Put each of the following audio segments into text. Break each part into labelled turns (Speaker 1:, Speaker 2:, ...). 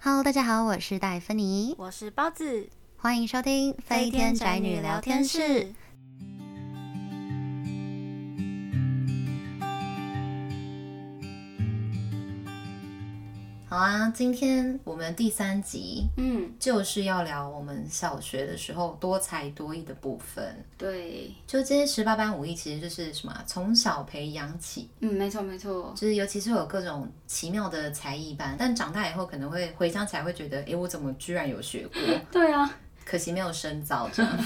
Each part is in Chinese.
Speaker 1: Hello，大家好，我是戴芬妮，
Speaker 2: 我是包子，
Speaker 1: 欢迎收听《飞天宅女聊天室》。好啊，今天我们第三集
Speaker 2: 嗯，
Speaker 1: 就是要聊我们小学的时候多才多艺的部分。
Speaker 2: 对，
Speaker 1: 就这些十八般武艺，其实就是什么啊从小培养起，
Speaker 2: 嗯，没错没错，
Speaker 1: 就是尤其是有各种奇妙的才艺班，但长大以后可能会回想起来会觉得，诶，我怎么居然有学过？
Speaker 2: 对啊，
Speaker 1: 可惜没有深造这 样。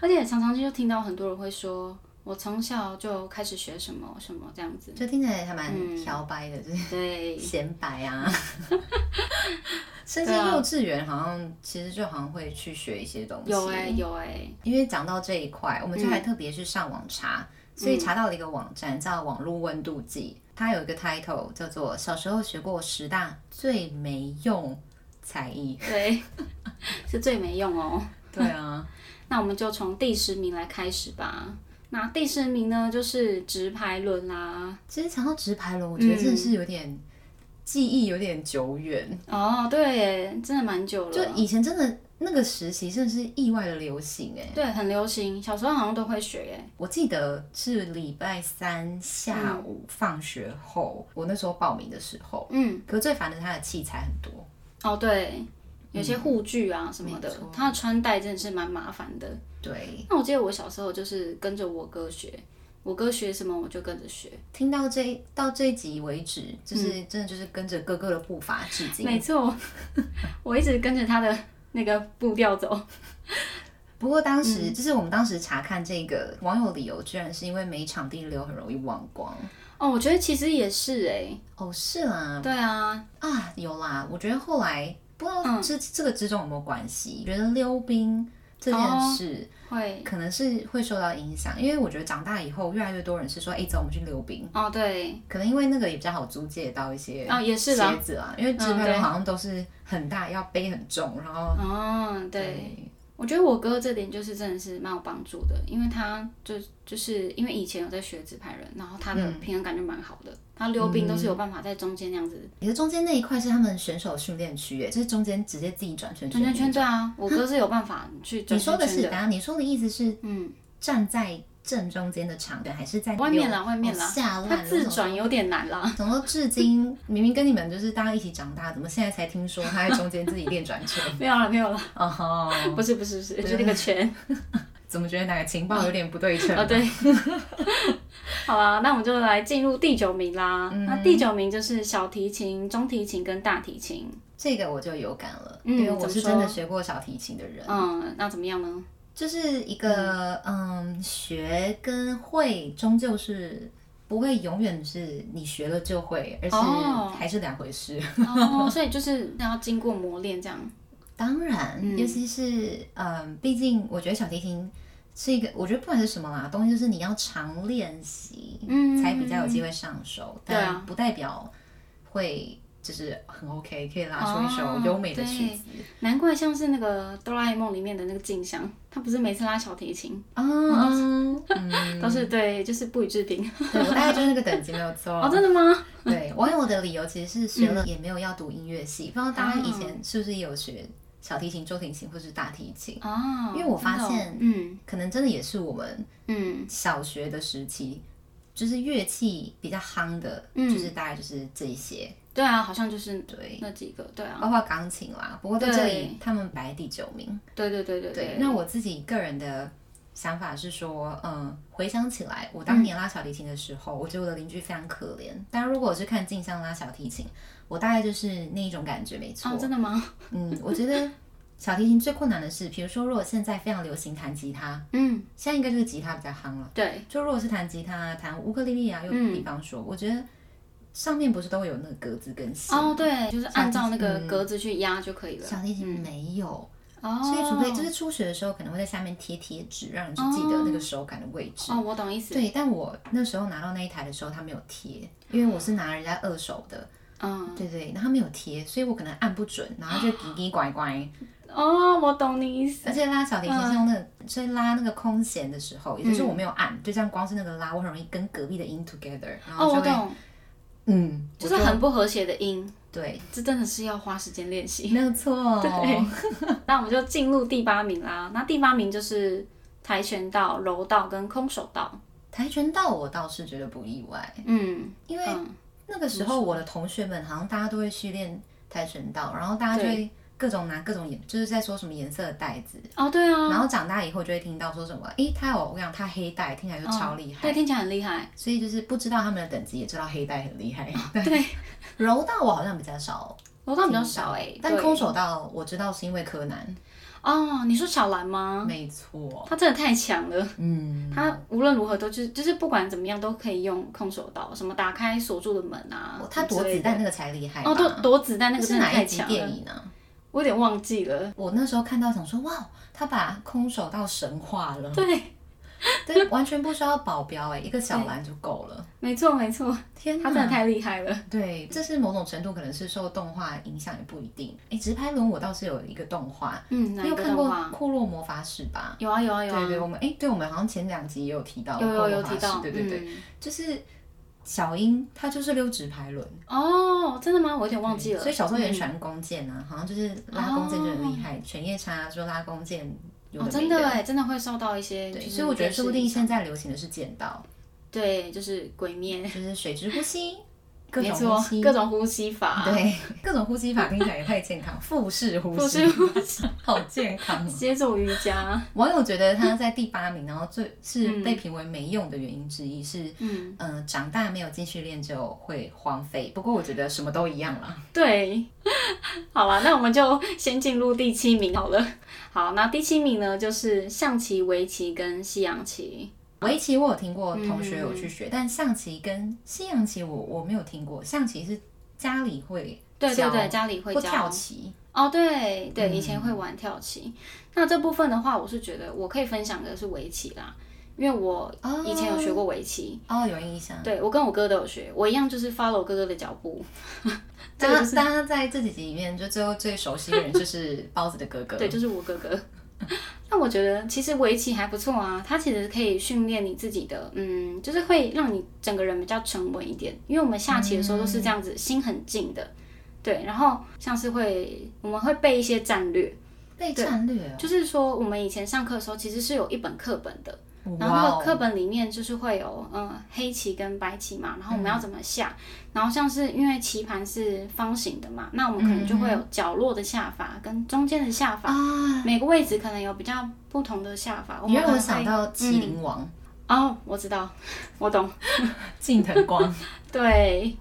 Speaker 2: 而且常常就听到很多人会说，我从小就开始学什么什么这样子，
Speaker 1: 就听起来还蛮挑白的，就是
Speaker 2: 对，
Speaker 1: 显摆啊。甚至幼稚园好像其实就好像会去学一些东西，
Speaker 2: 有哎、 有哎、
Speaker 1: 因为讲到这一块，我们就还特别去上网查，所以查到了一个网站叫网络温度计，它有一个 title 叫做“小时候学过十大最没用才艺
Speaker 2: 对，是最没用哦。”。
Speaker 1: 对啊，
Speaker 2: 那我们就从第十名来开始吧。那第十名呢，就是直排轮啦。
Speaker 1: 其实讲到直排轮，我觉得真的是有点、记忆有点久远，
Speaker 2: 哦，对耶，真的蛮久
Speaker 1: 就
Speaker 2: 了。
Speaker 1: 以前真的那个时期真的是意外的流行哎、
Speaker 2: 对，很流行，小时候好像都会学耶。
Speaker 1: 我记得是礼拜三下午放学后，我那时候报名的时候，
Speaker 2: 嗯，
Speaker 1: 可最烦的是它的器材很多，
Speaker 2: 哦，对，有些护具啊什么的
Speaker 1: 没错，
Speaker 2: 它的穿戴真的是蛮麻烦的。
Speaker 1: 对，
Speaker 2: 那我记得我小时候就是跟着我哥学，我哥学什么我就跟着学。
Speaker 1: 听到这一到这一集为止，就是、真的就是跟着哥哥的步伐致敬。
Speaker 2: 没错， 我一直跟着他的那个步调走。
Speaker 1: 不过当时、就是我们当时查看这个网友理由，居然是因为没场地溜很容易忘光。
Speaker 2: 哦，我觉得其实也是哎、
Speaker 1: 哦，是啦，
Speaker 2: 对啊，
Speaker 1: 啊，有啦，我觉得后来不知道这、这个之中有没有关系，觉得溜冰这件事、
Speaker 2: 会
Speaker 1: 可能是会受到影响，因为我觉得长大以后越来越多人是说，哎、走，我们去溜冰。
Speaker 2: 哦，对，
Speaker 1: 可能因为那个也比较好租借到一些
Speaker 2: 哦也是啦
Speaker 1: 鞋子啊，因为直
Speaker 2: 嗯
Speaker 1: 拍
Speaker 2: 对
Speaker 1: 好像都是很大，要背很重，然后
Speaker 2: 哦，对。我觉得我哥这点就是真的是蛮有帮助的，因为他就就是因为以前有在学直排轮，然后他的平衡感就蛮好的，他溜冰都是有办法在中间那样子
Speaker 1: 你的中间那一块是他们选手训练区，哎，就是中间直接自己转圈
Speaker 2: 转圈
Speaker 1: 圈。
Speaker 2: 圈对啊，我哥是有办法去
Speaker 1: 你
Speaker 2: 转
Speaker 1: 说
Speaker 2: 圈
Speaker 1: 的
Speaker 2: 圈
Speaker 1: 是，等下你说的意思是
Speaker 2: 嗯，
Speaker 1: 站在正中间的场地，还是在
Speaker 2: 外面啦，
Speaker 1: 溜
Speaker 2: 嗯外面啦，
Speaker 1: 哦吓烂
Speaker 2: 他
Speaker 1: 了。
Speaker 2: 自转有点难 啦。
Speaker 1: 怎么至今明明跟你们就是大家一起长大，怎么现在才听说他在中间自己练转 圈？
Speaker 2: 没有了，没有了，
Speaker 1: 哦吼，
Speaker 2: 不是不是不是，就那个 圈
Speaker 1: 怎么觉得哪个情报有点不对称？
Speaker 2: 啊，对。 好啦，那我们就来进入第九名啦。那第九名就是小提琴、中提琴跟大提琴。
Speaker 1: 这个我就有感了，
Speaker 2: 嗯
Speaker 1: 因为我是真
Speaker 2: 怎么
Speaker 1: 的
Speaker 2: 说
Speaker 1: 学过小提琴的人。
Speaker 2: 嗯，那怎么样 呢？
Speaker 1: 就是一个嗯学跟会终究是不会永远是你学了就会，而
Speaker 2: 哦
Speaker 1: 是还是两回事。
Speaker 2: 哦，所以就是要经过磨练这样。
Speaker 1: 当然，尤其是嗯，毕竟我觉得小提琴是一个，我觉得不管是什么啦，东西就是你要常练习，
Speaker 2: 嗯
Speaker 1: 才比较有机会上手，
Speaker 2: 对啊
Speaker 1: 但不代表会。就是很 OK，可以拉出一首
Speaker 2: 哦
Speaker 1: 优美的曲子
Speaker 2: 难怪像是那个哆啦 A 梦里面的那个静香，她不是每次拉小提琴、
Speaker 1: 啊，嗯，嗯
Speaker 2: 都是对，哦就是不予置评。
Speaker 1: 对我大概就是那个等级没有错。
Speaker 2: 哦，真的吗？
Speaker 1: 对，网友的理由其实是学
Speaker 2: 嗯
Speaker 1: 了也没有要读音乐系，不知道大家以
Speaker 2: 哦
Speaker 1: 前是不是也有学小提琴、中提琴或是大提琴？
Speaker 2: 哦，
Speaker 1: 因为我发
Speaker 2: 真的哦
Speaker 1: 现
Speaker 2: 嗯
Speaker 1: 可能真的也是我们
Speaker 2: 嗯，
Speaker 1: 小学的时期，就是乐器比较夯的，
Speaker 2: 嗯
Speaker 1: 就是大概就是这一些，
Speaker 2: 对啊，好像就是
Speaker 1: 对，
Speaker 2: 那几个，对啊，
Speaker 1: 包括钢琴啦。不过在这里
Speaker 2: 对
Speaker 1: 他们排第九名。
Speaker 2: 对对对对
Speaker 1: 对，那我自己个人的。想法是说，嗯，回想起来，我
Speaker 2: 嗯
Speaker 1: 当年拉小提琴的时候，我觉得我的邻居非常可怜。但如果我是看镜像拉小提琴，我大概就是那一种感觉，没错。
Speaker 2: 哦，真的吗？
Speaker 1: 嗯，我觉得小提琴最困难的是，比如说，如果现在非常流行弹吉他，
Speaker 2: 嗯，
Speaker 1: 现在应该就是吉他比较夯了。
Speaker 2: 对，
Speaker 1: 就如果是弹吉他、弹乌克丽丽啊，又
Speaker 2: 嗯
Speaker 1: 比方说，我觉得上面不是都会有那个格子跟弦，
Speaker 2: 哦对，就是按照那
Speaker 1: 小提
Speaker 2: 个
Speaker 1: 琴
Speaker 2: 格子去压就可以了。嗯
Speaker 1: 小提琴没有，
Speaker 2: 哦，
Speaker 1: 所以除非就是初学的时候，可能会在下面贴贴纸，让你去记得那个手感的位置。
Speaker 2: 哦，我懂意思。
Speaker 1: 对，但我那时候拿到那一台的时候，它没有贴，因为我是拿人家二手的，
Speaker 2: 嗯，
Speaker 1: 对对，然后它没有贴，所以我可能按不准，然后就叽叽拐拐。
Speaker 2: 哦，我懂你 意思。嗯
Speaker 1: 而且拉小提琴是用那个，所以拉那个空弦的时候，也就是我没有按，就这样光是那个拉，我很容易跟隔壁的音 together，然
Speaker 2: 哦，
Speaker 1: 后
Speaker 2: 我
Speaker 1: 就会，
Speaker 2: 懂，
Speaker 1: 嗯，
Speaker 2: 就
Speaker 1: 我
Speaker 2: 是很不和谐的音。
Speaker 1: 对，
Speaker 2: 这真的是要花时间 练习。
Speaker 1: 没有错，
Speaker 2: 对，那我们就进入第八名啦。那第八名就是跆拳道、柔道跟空手道。
Speaker 1: 跆拳道我倒是觉得不意外，
Speaker 2: 嗯，
Speaker 1: 因为那个时候我的同学们好像大家都会去练跆拳道，然后大家就会各种拿各种颜，就是在说什么颜色的带子。
Speaker 2: 哦，对啊，
Speaker 1: 然后长大以后就会听到说什么，诶，他有我跟你讲，他黑带听起来就超厉害，
Speaker 2: 对，听起来 很厉害。
Speaker 1: 所以就是不知道他们的等级，也知道黑带很厉害。
Speaker 2: 对，
Speaker 1: 柔道我好像比较少，
Speaker 2: 柔道比较少哎、
Speaker 1: 但
Speaker 2: 对
Speaker 1: 空手道我知道是因为柯南，
Speaker 2: 哦，你说小兰吗？
Speaker 1: 没错，
Speaker 2: 她真的太强了，
Speaker 1: 嗯，
Speaker 2: 她无论如何都就是就是不管怎么样都可以用空手道，什么打开锁住的门啊，
Speaker 1: 哦他
Speaker 2: 之
Speaker 1: 躲子
Speaker 2: 类的
Speaker 1: 弹那个才厉害吧
Speaker 2: 哦，躲躲子弹那个
Speaker 1: 是
Speaker 2: 真的
Speaker 1: 哪
Speaker 2: 太
Speaker 1: 一集
Speaker 2: 强
Speaker 1: 电
Speaker 2: 了，
Speaker 1: 影呢？
Speaker 2: 我有点忘记了。
Speaker 1: 我那时候看到想说，哇，他把空手道神化了，
Speaker 2: 对，
Speaker 1: 对，完全不需要保镖哎、一个小兰就够了。
Speaker 2: 没错没错，
Speaker 1: 天
Speaker 2: 她
Speaker 1: 哪，
Speaker 2: 真的太厉害了。
Speaker 1: 对，这是某种程度可能是受动画影响也不一定。哎，直拍轮我倒是有一个动画，
Speaker 2: 嗯，哪
Speaker 1: 啊你
Speaker 2: 一
Speaker 1: 有
Speaker 2: 个
Speaker 1: 看
Speaker 2: 动
Speaker 1: 过
Speaker 2: 画
Speaker 1: 《库洛魔法使》吧？
Speaker 2: 有啊有啊有啊
Speaker 1: 对，对，我们哎，对我们好像前两集也有提到
Speaker 2: 有有有
Speaker 1: 库洛魔法
Speaker 2: 提
Speaker 1: 使
Speaker 2: 到，嗯
Speaker 1: 对对对，
Speaker 2: 对。
Speaker 1: 就是小樱她就是溜直排轮，欸
Speaker 2: 哦，真的吗？我有点忘记了。嗯
Speaker 1: 所以小时候也很喜欢弓箭啊，好像就是拉弓箭就很厉害，犬夜叉说拉弓箭有
Speaker 2: 哦，
Speaker 1: 的
Speaker 2: 真
Speaker 1: 没
Speaker 2: 的哎，真的会受到一些，就
Speaker 1: 对，
Speaker 2: 是
Speaker 1: 所以我觉得
Speaker 2: 电视
Speaker 1: 说不定
Speaker 2: 影响
Speaker 1: 现在流行的是剑 道，
Speaker 2: 对，就是鬼灭，
Speaker 1: 就是水之呼吸，各
Speaker 2: 没
Speaker 1: 种
Speaker 2: 错
Speaker 1: 呼，吸，
Speaker 2: 各种呼吸法，
Speaker 1: 对，各种呼吸法听起来也太健 康，腹式呼
Speaker 2: 腹
Speaker 1: 吸
Speaker 2: 式，
Speaker 1: 好健 康哦。
Speaker 2: 接做瑜伽，
Speaker 1: 网友觉得他在第八名，然后最
Speaker 2: 嗯
Speaker 1: 是被评为没用的原因之一是，嗯、长大没有继续练就会荒废。不过我觉得什么都一样啦。
Speaker 2: 对， 好了，那我们就先进入第七名好了。好，那第七名呢，就是象棋、围棋跟西洋棋。
Speaker 1: 围棋我有听过，同学有去学，
Speaker 2: 嗯
Speaker 1: 但象棋跟西洋棋我我没有听过。象棋是家里会
Speaker 2: 对对
Speaker 1: 教
Speaker 2: 对，家里会
Speaker 1: 或
Speaker 2: 教
Speaker 1: 跳棋，
Speaker 2: 哦，对对，以前会玩跳棋。那这部分的话，我是觉得我可以分享的是围棋啦，因为我
Speaker 1: 哦
Speaker 2: 以前有学过围棋。
Speaker 1: 哦，有印象。
Speaker 2: 对我跟我哥都有学，我一样就是 follow 哥哥的脚步。这
Speaker 1: 大
Speaker 2: 个
Speaker 1: 家、
Speaker 2: 就是
Speaker 1: 大家在这几集里面，就最后最熟悉的人就是包子的哥哥。
Speaker 2: 对，就是我哥哥。那我觉得其实围棋还不错啊，它其实可以训练你自己的，嗯，就是会让你整个人比较沉稳一点。因为我们下棋的时候都是这样子，心很静的。对，然后像是会我们会背一些战略，
Speaker 1: 被战略哦，
Speaker 2: 就是说我们以前上课的时候其实是有一本课本的，然后
Speaker 1: 哇
Speaker 2: 那
Speaker 1: 哦
Speaker 2: 个课本里面就是会有嗯黑棋跟白棋嘛，然后我
Speaker 1: 嗯
Speaker 2: 们要怎么下，然后像是因为棋盘是方形的嘛，那我们可能就会有角落的下法跟中间的下法，
Speaker 1: 嗯啊！
Speaker 2: 每个位置可能有比较不同的下法。我
Speaker 1: 你
Speaker 2: 们
Speaker 1: 让
Speaker 2: 可
Speaker 1: 我
Speaker 2: 能
Speaker 1: 想
Speaker 2: 会嗯
Speaker 1: 到麒麟王
Speaker 2: 哦，我知道，我懂，
Speaker 1: 近藤光，
Speaker 2: 对。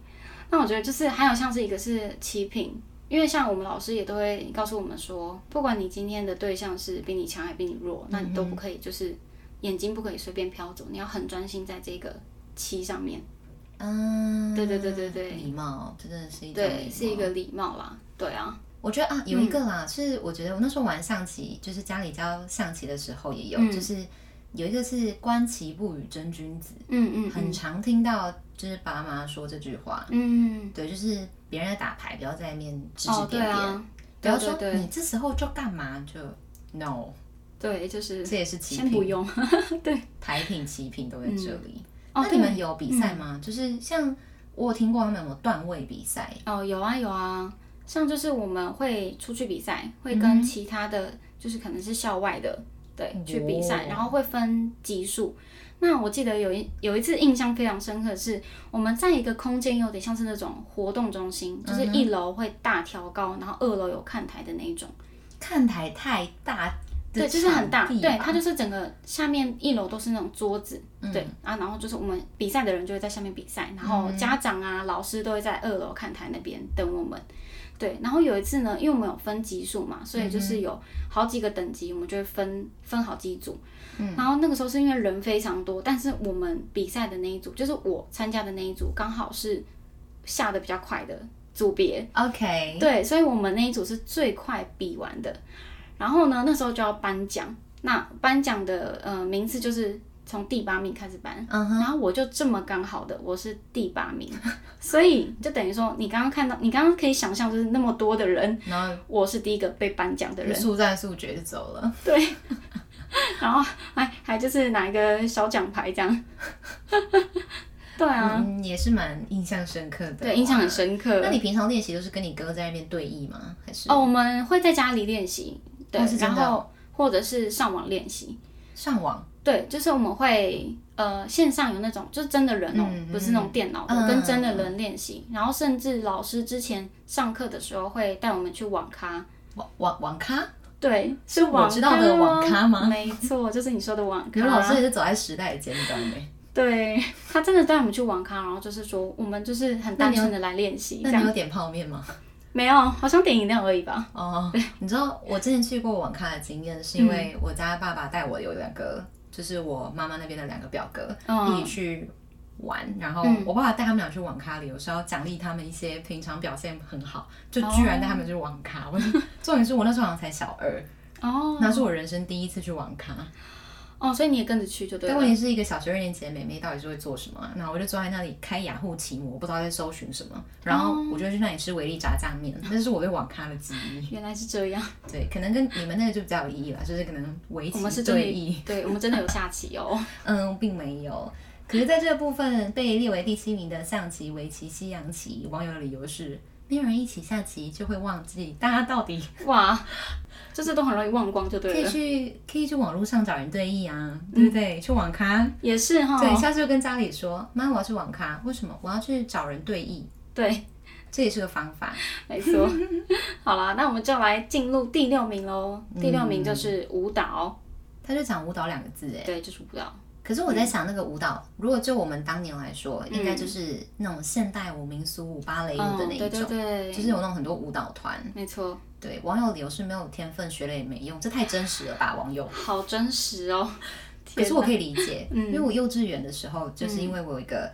Speaker 2: 那我觉得就是还有像是一个是棋品。因为像我们老师也都会告诉我们说，不管你今天的对象是比你强还比你弱，那
Speaker 1: 嗯
Speaker 2: 你都不可以就是眼睛不可以随便飘走，你要很专心在这个棋上面。
Speaker 1: 嗯，
Speaker 2: 对对对对对
Speaker 1: 礼貌这真的是一种礼
Speaker 2: 对，
Speaker 1: 貌
Speaker 2: 是一个礼貌啦。对啊，
Speaker 1: 我觉得啊，有一个啦，是我觉得我那时候玩象棋，就是家里教象棋的时候也
Speaker 2: 嗯
Speaker 1: 有，就是有一个是“观棋不语真君子”，
Speaker 2: 嗯嗯
Speaker 1: 很常听到就是爸妈说这句话，
Speaker 2: 嗯，
Speaker 1: 对，就是别人在打牌，不要在那面指指
Speaker 2: 哦，对
Speaker 1: 点点，
Speaker 2: 啊，
Speaker 1: 不
Speaker 2: 对
Speaker 1: 要
Speaker 2: 对
Speaker 1: 说
Speaker 2: 对
Speaker 1: 你这时候就干嘛就 no，
Speaker 2: 对，就是
Speaker 1: 这也是棋
Speaker 2: 先不
Speaker 1: 品，
Speaker 2: 用。 对，
Speaker 1: 牌品棋品都在这里。那
Speaker 2: 哦
Speaker 1: 你
Speaker 2: 对嗯
Speaker 1: 们有比赛吗？就是像我有听过他们有段位比赛，
Speaker 2: 哦，有啊有啊，像就是我们会出去比赛，会
Speaker 1: 嗯
Speaker 2: 跟其他的、就是可能是校外的。对，去比赛，
Speaker 1: 哦
Speaker 2: 然后会分级数。那我记得有一有一次印象非常深刻的是，我们在一个空间有点像是那种活动中心，就是
Speaker 1: 嗯
Speaker 2: 一楼会大挑高，然后二楼有看台的那一种。
Speaker 1: 看台太大的
Speaker 2: 对，就是很大，
Speaker 1: 场地
Speaker 2: 对，
Speaker 1: 吧嗯
Speaker 2: 它就是整个下面一楼都是那种桌子，对啊，然后就是我们比赛的人就会在下面比赛，然后
Speaker 1: 嗯
Speaker 2: 家长啊、老师都会在二楼看台那边等我们。对，然后有一次呢，因为我们有分级数嘛，所
Speaker 1: 嗯
Speaker 2: 以就是有好几个等级，我们就会分分好几组。
Speaker 1: 嗯
Speaker 2: 然后那个时候是因为人非常多，但是我们比赛的那一组，就是我参加的那一组，刚好是下的比较快的组别，
Speaker 1: OK，
Speaker 2: 对，所以我们那一组是最快比完的。然后呢，那时候就要颁奖，那颁奖的呃名次就是从第八名开始颁。
Speaker 1: 嗯
Speaker 2: 然后我就这么刚好的，我是第八名， 所以就等于说，你刚刚看到，你刚刚可以想象，就是那么多的人，
Speaker 1: 然后
Speaker 2: 我是第一个被颁奖的人，
Speaker 1: 速战速决就走了。
Speaker 2: 哎然后还还就是拿一个小奖牌这样， 对啊，
Speaker 1: 嗯，也是蛮印象深刻的。
Speaker 2: 对，印象很。深刻。
Speaker 1: 那你平常练习都是跟你哥在那边对弈吗？还是
Speaker 2: 哦，我们会在家里练习，对，
Speaker 1: 哦是真
Speaker 2: 然
Speaker 1: 的
Speaker 2: 后或者是上网练习，
Speaker 1: 上网？
Speaker 2: 对，就是我们会呃线上有那种就是真的人哦，
Speaker 1: 嗯
Speaker 2: 不是那种电脑的，
Speaker 1: 嗯
Speaker 2: 跟真的人练习，然后甚至老师之前上课的时候会带我们去网咖，
Speaker 1: 网网网咖？
Speaker 2: 对，
Speaker 1: 是
Speaker 2: 是
Speaker 1: 我
Speaker 2: 网
Speaker 1: 知道的
Speaker 2: 哦
Speaker 1: 网咖吗
Speaker 2: 没错，就是你说的网
Speaker 1: 可
Speaker 2: 咖。
Speaker 1: 是老师也是走在时代的尖端欸诶、
Speaker 2: 对他真的带我们去网咖，然后就是说我们就是很单纯的来练习，这
Speaker 1: 那你
Speaker 2: 样
Speaker 1: 有点泡面吗？
Speaker 2: 没有，好像点饮料而已吧。
Speaker 1: 哦，你知道我之前去过网咖的经验，是
Speaker 2: 嗯
Speaker 1: 因为我家爸爸带我有两个，就是我妈妈那边的两个表哥、
Speaker 2: 嗯
Speaker 1: 一起去玩，然后
Speaker 2: 嗯
Speaker 1: 我爸爸带他们俩去网咖里，有时候奖励他们一些平常表现很好，就居然带他们去网咖。我就重点是我那时候好像才 小二，
Speaker 2: 哦
Speaker 1: 那是我人生第一次去网咖。
Speaker 2: 哦，所以你也跟着去就对
Speaker 1: 但
Speaker 2: 了。
Speaker 1: 问题是一个小学二年级的妹妹到底是会做什么、啊？然后我就坐在那里开雅虎奇摩，不知道在搜寻什么，然后
Speaker 2: 哦
Speaker 1: 我就去那里吃维力炸酱面，那是我对网咖的记 忆。
Speaker 2: 原来是这样，
Speaker 1: 对，可能跟你们那个就比较有意义了，就是可能围
Speaker 2: 我们是
Speaker 1: 棋
Speaker 2: 真
Speaker 1: 对
Speaker 2: 的
Speaker 1: 弈，，
Speaker 2: 对我们真的有下棋哦。
Speaker 1: 嗯，并没有。可是在这个部分被列为第七名的象棋、围棋、西洋棋，网友的理由是：没有人一起下棋，就会忘记大家到底
Speaker 2: 哇，就是都很容易忘光就
Speaker 1: 可
Speaker 2: 对
Speaker 1: 以
Speaker 2: 了。
Speaker 1: 去可以去网络上找人对弈啊，对不对？去网咖，
Speaker 2: 啊也是哈，
Speaker 1: 对，下次就跟家里说，妈，我要去网咖，为什么？我要去找人对弈，
Speaker 2: 对，
Speaker 1: 这也是个方法。
Speaker 2: 没错。 好啦，那我们就来进入第六名喽。
Speaker 1: 嗯
Speaker 2: 第六名就是舞蹈，
Speaker 1: 他就讲舞蹈两个字，哎。
Speaker 2: 对，就是舞蹈。
Speaker 1: 可是我在想，那个舞蹈，如果就我们当年来说，应该
Speaker 2: 嗯
Speaker 1: 就是那种现代舞、民俗舞、芭蕾舞的那一
Speaker 2: 对
Speaker 1: 种，
Speaker 2: 对嗯对，
Speaker 1: 就是有那种很多舞蹈团。
Speaker 2: 没错，
Speaker 1: 对，网友理由是没有天分，学了也没用，这太真实了吧，网友。
Speaker 2: 好真实 哦。
Speaker 1: 可
Speaker 2: 天
Speaker 1: 是我可以理解，
Speaker 2: 嗯
Speaker 1: 因为我幼稚园的时候，就是因为我有一个。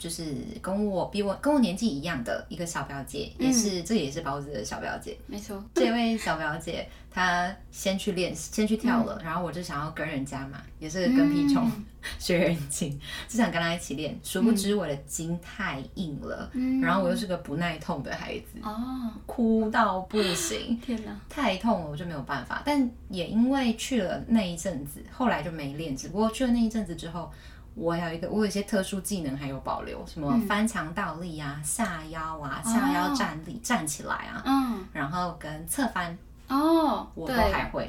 Speaker 1: 就是跟我比我跟我年纪一样的一个小表姐，也是、这也是包子的小表 姐。
Speaker 2: 没错，
Speaker 1: 这位小表姐她先去练，先去
Speaker 2: 嗯
Speaker 1: 跳了，然后我就想要跟人家嘛，也是跟屁虫、 学人精，就想跟她一起练。殊不知我的筋太硬了，
Speaker 2: 嗯
Speaker 1: 然后我又是个不耐痛的孩子，
Speaker 2: 哦，
Speaker 1: 哭到不行，
Speaker 2: 天哪，
Speaker 1: 太痛了我就没有办法。但也因为去了那一阵子，后来就没练，只不过去了那一阵子之后。我还有一个，我有一些特殊技能还有保留，什
Speaker 2: 嗯
Speaker 1: 么翻墙倒立啊、下腰啊、下腰
Speaker 2: 哦
Speaker 1: 站立、站起来啊，
Speaker 2: 嗯，
Speaker 1: 然后跟侧翻
Speaker 2: 哦，
Speaker 1: 我都
Speaker 2: 对，
Speaker 1: 还会。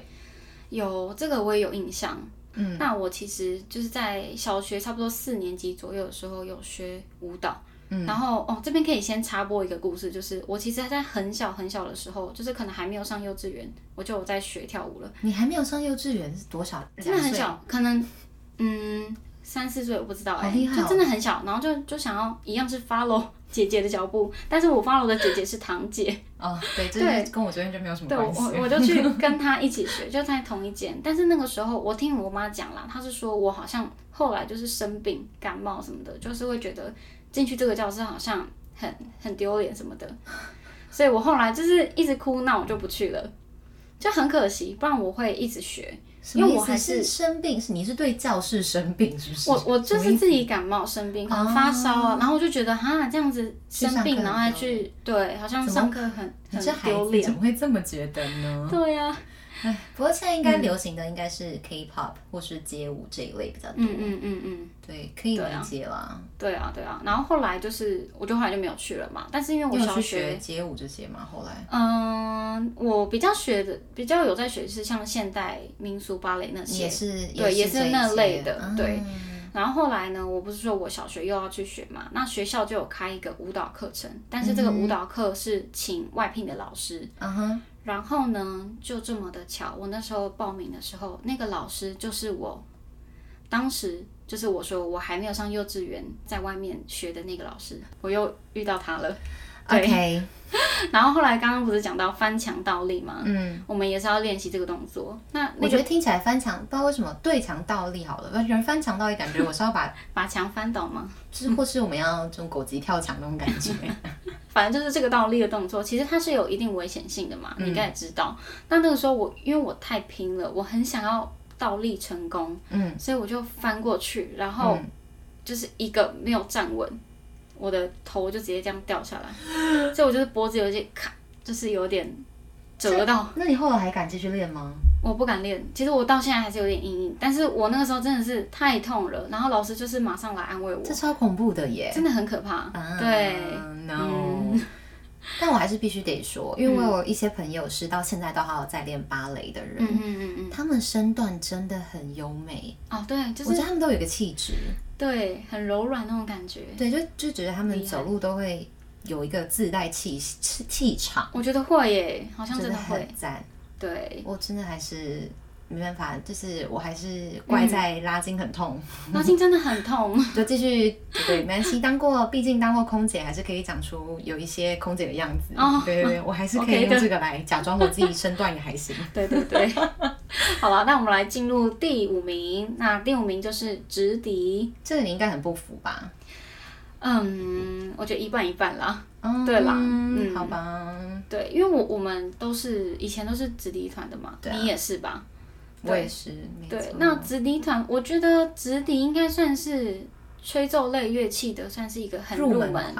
Speaker 2: 有这个我也有印象。
Speaker 1: 嗯，
Speaker 2: 那我其实就是在小学差不多四年级左右的时候有学舞蹈。嗯，然后哦，这边可以先插播一个故事，就是我其实在很小很小的时候，就是可能还没有上幼稚园，我就有在学跳舞了，
Speaker 1: 你还没有上幼稚园是多少？
Speaker 2: 真的很
Speaker 1: 两岁，
Speaker 2: 小，可能嗯三四岁我不知道
Speaker 1: 好
Speaker 2: 哎、
Speaker 1: 厉害哦
Speaker 2: 就真的很小，然后就就想要一样是 follow 姐姐的脚步，但是我 follow 的姐姐是堂姐，
Speaker 1: 哦，对，这
Speaker 2: 对
Speaker 1: 是跟我昨天就没有什么
Speaker 2: 对我
Speaker 1: 关系。
Speaker 2: 我我 就 去跟他一起学，就在同一间。但是那个时候我听我妈讲啦，她是说我好像后来就是生病、感冒什么的，就是会觉得进去这个教室好像很很丢脸什么的， 所以我后来就是一直哭闹，我就不去了，就很可惜，不然我会一直学。
Speaker 1: 什么意思
Speaker 2: 因为我还
Speaker 1: 是
Speaker 2: 是
Speaker 1: 生病，是你是对教室生病是不是？
Speaker 2: 我我就是自己感冒生病，可能发烧啊，然后我就觉得哈这样子
Speaker 1: 哦去上
Speaker 2: 生病，
Speaker 1: 课
Speaker 2: 然后
Speaker 1: 很
Speaker 2: 还
Speaker 1: 丢
Speaker 2: 去对，好像
Speaker 1: 怎么
Speaker 2: 上课很
Speaker 1: 你这
Speaker 2: 很
Speaker 1: 孩
Speaker 2: 丢
Speaker 1: 子
Speaker 2: 脸。
Speaker 1: 怎么会这么觉得呢？
Speaker 2: 对啊呀、
Speaker 1: 唉，不过现在应
Speaker 2: 嗯
Speaker 1: 该流行的应该是 K-pop 或是街舞这一类比较多。
Speaker 2: 嗯嗯嗯嗯。
Speaker 1: 对，可以
Speaker 2: 对
Speaker 1: 理
Speaker 2: 啊
Speaker 1: 解啦。
Speaker 2: 对啊，对啊，然后后来就是，我就后来就没有去了嘛。但是因为我
Speaker 1: 你有
Speaker 2: 小
Speaker 1: 去
Speaker 2: 学，
Speaker 1: 学街舞这些吗？后来
Speaker 2: 嗯，我比较学的，比较有在学是像现代民俗芭蕾那
Speaker 1: 你也
Speaker 2: 些。
Speaker 1: 是，
Speaker 2: 对也
Speaker 1: 这
Speaker 2: 是
Speaker 1: 一
Speaker 2: 那
Speaker 1: 些
Speaker 2: 类的对。
Speaker 1: 嗯
Speaker 2: 然后后来呢，我不是说我小学又要去学嘛，那学校就有开一个舞蹈课程，但是这个舞蹈课是请外聘的老师。
Speaker 1: 嗯哼，
Speaker 2: 然后呢，就这么的巧，我那时候报名的时候，那个老师就是我，当时就是我说我还没有上幼稚园，在外面学的那个老师，我又遇到他了。 对
Speaker 1: ，OK，
Speaker 2: 然后后来刚刚不是讲到翻墙倒立吗？
Speaker 1: 嗯，
Speaker 2: 我们也是要练习这个动作。那
Speaker 1: 我
Speaker 2: 那
Speaker 1: 觉
Speaker 2: 个嗯
Speaker 1: 得听起来 翻墙，不知道为什么对墙倒立好了，有人翻墙倒立，感觉我是要把
Speaker 2: 把墙翻倒吗？
Speaker 1: 就是或是我们要这种狗急跳墙那种感觉。
Speaker 2: 反正就是这个倒立的动作，其实它是有一定危险性的嘛，
Speaker 1: 嗯
Speaker 2: 你应该也知道。那那个时候我因为我太拼了，我很想要倒立成功，
Speaker 1: 嗯，
Speaker 2: 所以我就翻过去，然后就是一个没有站稳，我的头就直接这样掉下 来，所以我就是脖子有一些卡，就是有点折到。
Speaker 1: 那你后来还敢继续练吗？
Speaker 2: 我不敢练，其实我到现在还是有点阴影。但是我那个时候真的是太痛了，然后老师就是马上来安慰我，
Speaker 1: 这超恐怖的耶！
Speaker 2: 真的很可怕。
Speaker 1: 啊
Speaker 2: 对，嗯
Speaker 1: ，no，、但我还是必须得说，因为我有一些朋友是到现在都还有在练芭蕾的人，
Speaker 2: 嗯嗯嗯嗯，
Speaker 1: 他们身段真的很优美，
Speaker 2: 哦对，就
Speaker 1: 我
Speaker 2: 是
Speaker 1: 觉得他们都有一个气质，
Speaker 2: 对，很柔软那种感觉。
Speaker 1: 对，就就觉得他们走路都会有一个自带气气气场，
Speaker 2: 我觉得会耶，好像真的会。
Speaker 1: 很赞。
Speaker 2: 对，
Speaker 1: 我真的还是没办法，就是我还是怪在拉筋很痛，
Speaker 2: 拉筋真的很 痛。
Speaker 1: 就继续对，没关系，当过，毕竟当过空姐，还是可以讲出有一些空姐的样子。
Speaker 2: 哦
Speaker 1: 对对对，我还是可
Speaker 2: OK
Speaker 1: 以
Speaker 2: 的
Speaker 1: 用这个来假装我自己身段也还 行。
Speaker 2: 对对对，好了，那我们来进入第五名。那第五名就是直笛，
Speaker 1: 这个你应该很不服吧？
Speaker 2: 嗯，我觉得一半一半啦。
Speaker 1: 嗯，
Speaker 2: 对啦
Speaker 1: 嗯，
Speaker 2: 嗯
Speaker 1: 好吧，
Speaker 2: 对，因为我我们都是以前都是直笛团的嘛，
Speaker 1: 对啊
Speaker 2: 你也是吧？
Speaker 1: 我也是，没
Speaker 2: 对
Speaker 1: 错，
Speaker 2: 那直笛团，我觉得直笛应该算是吹奏类乐器的，算是一个很
Speaker 1: 入
Speaker 2: 门。
Speaker 1: 款，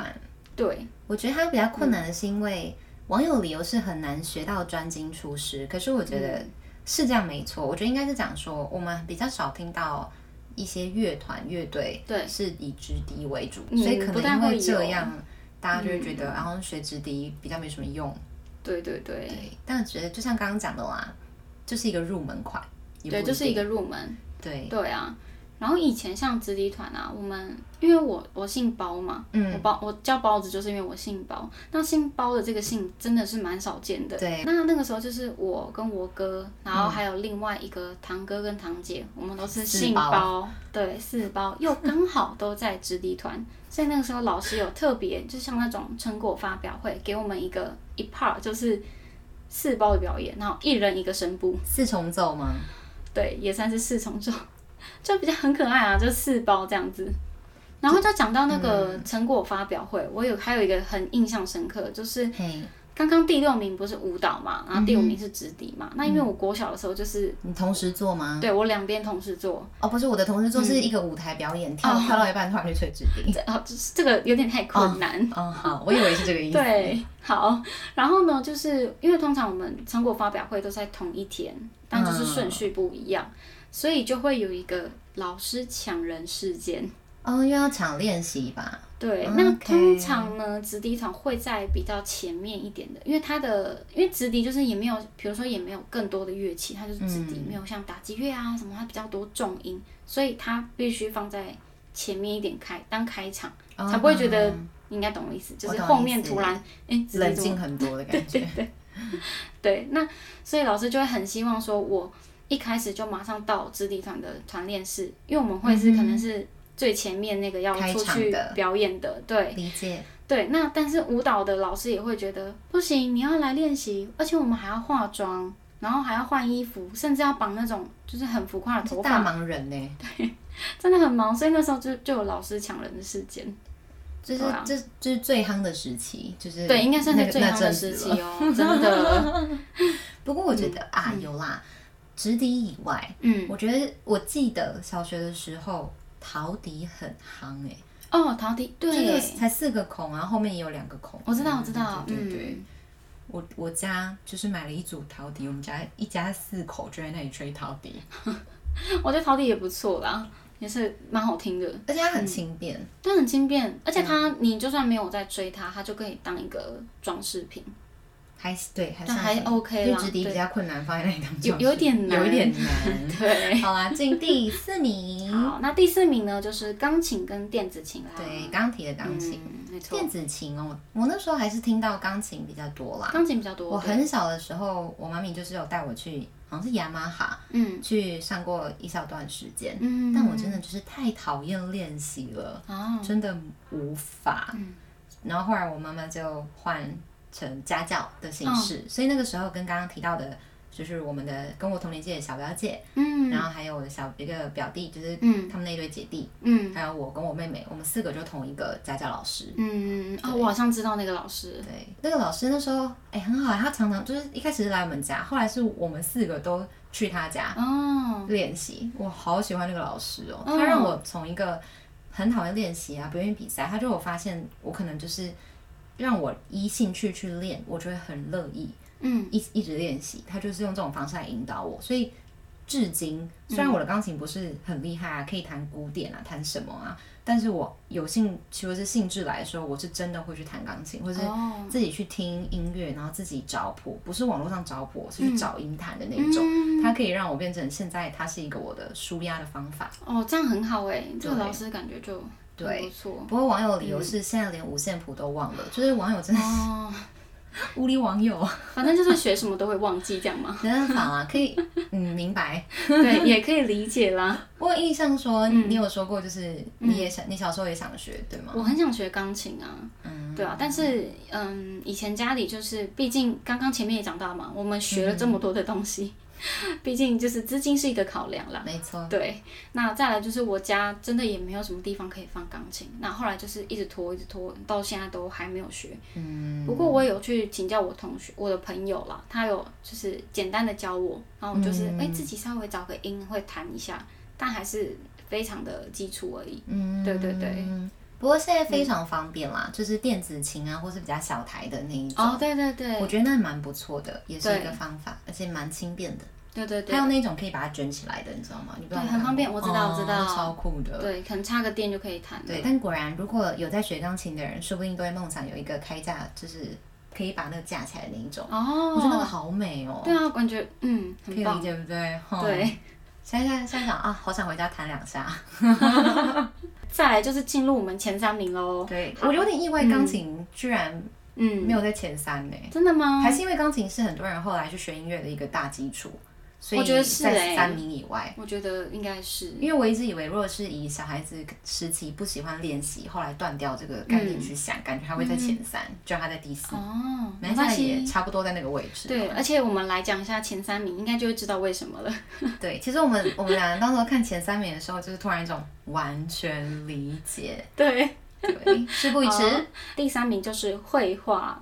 Speaker 2: 对，
Speaker 1: 我觉得它比较困
Speaker 2: 嗯
Speaker 1: 难的是因为网友理由是很难学到专精出师，可是我觉
Speaker 2: 嗯
Speaker 1: 得是这样没错。我觉得应该是讲说，我们比较少听到一些乐团乐队
Speaker 2: 对
Speaker 1: 是以直笛为主，
Speaker 2: 嗯
Speaker 1: 所以可
Speaker 2: 不
Speaker 1: 能
Speaker 2: 太
Speaker 1: 因
Speaker 2: 会
Speaker 1: 为这
Speaker 2: 有
Speaker 1: 样，大家就会觉得然后学直笛比较没什么用。
Speaker 2: 嗯对对对，
Speaker 1: 对，但我觉得就像刚刚讲的啦，就是一个入门款，也
Speaker 2: 对，
Speaker 1: 不
Speaker 2: 就是
Speaker 1: 定
Speaker 2: 一个入门。
Speaker 1: 对，
Speaker 2: 对啊，然后以前像直笛团啊，我们因为我我姓包嘛，
Speaker 1: 嗯
Speaker 2: 我包我叫包子就是因为我姓包。那姓包的这个姓真的是蛮少见的。
Speaker 1: 对，嗯
Speaker 2: 那那个时候就是我跟我哥，然后还有另外一个堂哥跟堂姐，我们都是
Speaker 1: 四
Speaker 2: 姓
Speaker 1: 包
Speaker 2: 对，四包又刚好都在直笛团，所以那个时候老师有特别，就像那种成果发表会，给我们一个一 part 就是。四包的表演，然后一人一个声部，
Speaker 1: 四重奏吗？
Speaker 2: 对，也算是四重奏，就比较很可爱啊，就四包这样子。然后就讲到那
Speaker 1: 嗯
Speaker 2: 个成果发表会，我有还有一个很印象深刻，就是
Speaker 1: 嘿，
Speaker 2: 刚刚第六名不是舞蹈嘛，然后第五
Speaker 1: 嗯
Speaker 2: 名是直笛嘛。那因为我国小的时候就是，
Speaker 1: 你同时做吗？
Speaker 2: 对我嗯哦两边同时做，
Speaker 1: 哦，不是，我的同事做是一个舞台表演，跳跳到一半突然去吹直笛。
Speaker 2: 这哦，就是这个有点太困难。
Speaker 1: 哦，好，我以为是这个意思。
Speaker 2: 对，好，然后呢，就是因为通常我们成果发表会都在同一天，但就是
Speaker 1: 嗯
Speaker 2: 顺序不一样，所以就会有一个老师抢人事件。
Speaker 1: 哦，又要抢练习吧？
Speaker 2: 对，
Speaker 1: 嗯
Speaker 2: 那
Speaker 1: OK
Speaker 2: 通常呢，直笛团会在比较前面一点的，因为它的因为直笛就是也没有，比如说也没有更多的乐器，它就是直笛，没有像打击乐啊什么，它比较多重音，所以它必须放在前面一点开当开场，
Speaker 1: 哦
Speaker 2: 才不会觉得你应该懂我意思，就
Speaker 1: 我
Speaker 2: 是
Speaker 1: 懂
Speaker 2: 后
Speaker 1: 意
Speaker 2: 面
Speaker 1: 思
Speaker 2: 突然哎，直
Speaker 1: 冷
Speaker 2: 笛怎么
Speaker 1: 静很 多的感觉。
Speaker 2: 对，那所以老师就会很希望说我一开始就马上到直笛团的团练室，因为我们会是可能是最前面那个要
Speaker 1: 嗯开
Speaker 2: 出
Speaker 1: 场
Speaker 2: 去
Speaker 1: 的
Speaker 2: 表演的，对。
Speaker 1: 理 解。
Speaker 2: 对，那但是舞蹈的老师也会觉得不行，你要来练习，而且我们还要化妆，然后还要换衣服，甚至要绑那种就是很浮夸的
Speaker 1: 是
Speaker 2: 头
Speaker 1: 大
Speaker 2: 发，
Speaker 1: 忙人呢，
Speaker 2: 真的很忙。所以那时候就就有老师抢人的事件，
Speaker 1: 就是
Speaker 2: 对啊
Speaker 1: 这这是最夯的时期，就是
Speaker 2: 对，应该算
Speaker 1: 那
Speaker 2: 是
Speaker 1: 个
Speaker 2: 最
Speaker 1: 那
Speaker 2: 夯的
Speaker 1: 阵
Speaker 2: 时
Speaker 1: 子
Speaker 2: 期
Speaker 1: 了
Speaker 2: 哦，真 的。
Speaker 1: 不过我觉得啊，有啦，直笛以外，
Speaker 2: 嗯，
Speaker 1: 我觉得我记得小学的时候。陶笛很夯哎、
Speaker 2: 哦，陶笛，对，
Speaker 1: 就是才四个孔，然后后面也有两个孔。
Speaker 2: 我知道，我知道，
Speaker 1: 对对对对
Speaker 2: 嗯，
Speaker 1: 我我家就是买了一组陶笛，我们家一家四口就在那里吹陶笛，
Speaker 2: 嗯我觉得陶笛也不错啦，也是蛮好听的，
Speaker 1: 而且它很轻便，
Speaker 2: 但很轻便，而且
Speaker 1: 嗯
Speaker 2: 它你就算没有在追它，它就可以当一个装饰品。
Speaker 1: 还是对，还
Speaker 2: 但
Speaker 1: 算
Speaker 2: 还
Speaker 1: 行
Speaker 2: OK
Speaker 1: 因
Speaker 2: 啦
Speaker 1: 为直笛比较困难，放在那里当
Speaker 2: 有
Speaker 1: 装饰
Speaker 2: 有一点难
Speaker 1: 有一点难。
Speaker 2: 对。
Speaker 1: 好啦，进第四 名，
Speaker 2: 好，那第四名呢，就是钢琴跟电子琴啦。
Speaker 1: 对，刚提的钢琴、
Speaker 2: 嗯、没错，
Speaker 1: 电子琴哦，我那时候还是听到钢琴比较多啦。
Speaker 2: 钢琴比较多。
Speaker 1: 我很小的时候，我妈咪就是有带我去，好像是雅马哈
Speaker 2: 嗯
Speaker 1: 去上过一小段时间，
Speaker 2: 嗯，
Speaker 1: 但我真的就是太讨厌练习了。
Speaker 2: 啊，
Speaker 1: 真的无法。
Speaker 2: 嗯
Speaker 1: 然后后来我妈妈就换成家教的形式，
Speaker 2: 嗯
Speaker 1: 所以那个时候跟刚刚提到的，就是我们的跟我同年届的小表姐，
Speaker 2: 嗯
Speaker 1: 然后还有我的小一个表弟，就是他们那一对姐弟，
Speaker 2: 嗯
Speaker 1: 还有我跟我妹妹，我们四个就同一个家教老师。
Speaker 2: 嗯啊，我好像知道那个老师。
Speaker 1: 对，那个老师那时候哎、很好，他常常就是一开始是来我们家，后来是我们四个都去他家
Speaker 2: 哦，
Speaker 1: 练习。我好喜欢那个老师哦，
Speaker 2: 嗯
Speaker 1: 他让我从一个很讨厌练习啊、不愿意比赛，他就我发现我可能就是让我依兴趣去练，我就会很乐意。嗯，一一直练习，他就是用这种方式来引导我，所以至今虽然我的钢琴不是很厉害啊，可以弹古典啊，弹什么啊，但是我有兴趣或是兴致来的时候，我是真的会去弹钢琴，或是
Speaker 2: 哦
Speaker 1: 自己去听音乐，然后自己找谱，不是网络上找谱，我是
Speaker 2: 嗯
Speaker 1: 去找音弹的那一种，它可以让我变成现在它是一个我的舒压的方法。
Speaker 2: 哦，这样很好哎、这个
Speaker 1: 对
Speaker 2: 老师感觉就很不
Speaker 1: 对
Speaker 2: 错
Speaker 1: 嗯不过网友的理由是现在连五线谱都忘了，就是网友真的
Speaker 2: 哦。
Speaker 1: 无理网友，
Speaker 2: 反正就是学什么都会忘记，这样吗？
Speaker 1: 没办法啊，可 以，嗯，明白。
Speaker 2: 对，也可以理解啦。
Speaker 1: 我有印象说，你有说过，就是你也想，你小时候也想学，对吗？
Speaker 2: 我很想学钢琴啊，
Speaker 1: 嗯
Speaker 2: 对啊，但是嗯，以前家里就是，毕竟刚刚前面也讲到嘛，我们学了这么多的东西， 毕竟就是资金是一个考量啦。
Speaker 1: 没错，
Speaker 2: 对，那再来就是我家真的也没有什么地方可以放钢琴，那后来就是一直拖，一直拖，到现在都还没有学。
Speaker 1: 嗯，
Speaker 2: 不过我有去请教我同学、我的朋友啦，他有就是简单的教我，然后我就是
Speaker 1: 嗯
Speaker 2: 哎、诶自己稍微找个音会弹一下，但还是非常的基础而已。
Speaker 1: 嗯，
Speaker 2: 对对对。
Speaker 1: 不过现在非常方便啦，就是电子琴啊，或是比较小台的那一种，
Speaker 2: 哦，对对对
Speaker 1: 我，觉得那蛮不错的，也是
Speaker 2: 对
Speaker 1: 一个方法，而且蛮轻便的。
Speaker 2: 对对对
Speaker 1: 还有那种可以把它卷起来的，你知道吗？你不知道
Speaker 2: 对
Speaker 1: 有没有
Speaker 2: 很方便
Speaker 1: 看
Speaker 2: 我知
Speaker 1: 过
Speaker 2: 道
Speaker 1: 哦
Speaker 2: 我知道
Speaker 1: 超酷的。
Speaker 2: 对，可能插个电就可以弹了。
Speaker 1: 对，但果然如果有在学钢琴的人，说不定都会梦想有一个开架，就是可以把那个架起来的那一种。
Speaker 2: 哦，
Speaker 1: 我觉得那个好美哦，
Speaker 2: 对啊，感觉嗯
Speaker 1: 可
Speaker 2: 很
Speaker 1: 以理
Speaker 2: 棒。
Speaker 1: 解对不对？吼
Speaker 2: 对，
Speaker 1: 现在现在现在想啊，好想回家弹两下。
Speaker 2: 再来就是进入我们前三名喽。
Speaker 1: 对，我有点意外，钢琴居然
Speaker 2: 哦嗯，
Speaker 1: 没有在前三呢、
Speaker 2: 真的吗？
Speaker 1: 还是因为钢琴是很多人后来去学音乐的一个大基础，所
Speaker 2: 我
Speaker 1: 以
Speaker 2: 觉得是
Speaker 1: 在
Speaker 2: 欸
Speaker 1: 三名以外。
Speaker 2: 我觉得应该是。
Speaker 1: 因为我一直以为，如果是以小孩子时期不喜欢练习，后来断掉这个概
Speaker 2: 嗯
Speaker 1: 念去想，感觉他会在前三，就让他在第四，
Speaker 2: 哦，没
Speaker 1: 没
Speaker 2: 关
Speaker 1: 关
Speaker 2: 系。
Speaker 1: 也差不多在那个位置。
Speaker 2: 对，而且我们来讲一下前三名，应该就会知道为什么了。
Speaker 1: 对，其实我们我们两人当时看前三名的时候，就是突然一种完全理解，
Speaker 2: 对，
Speaker 1: 对，事不宜迟。
Speaker 2: 好第三名就是绘画。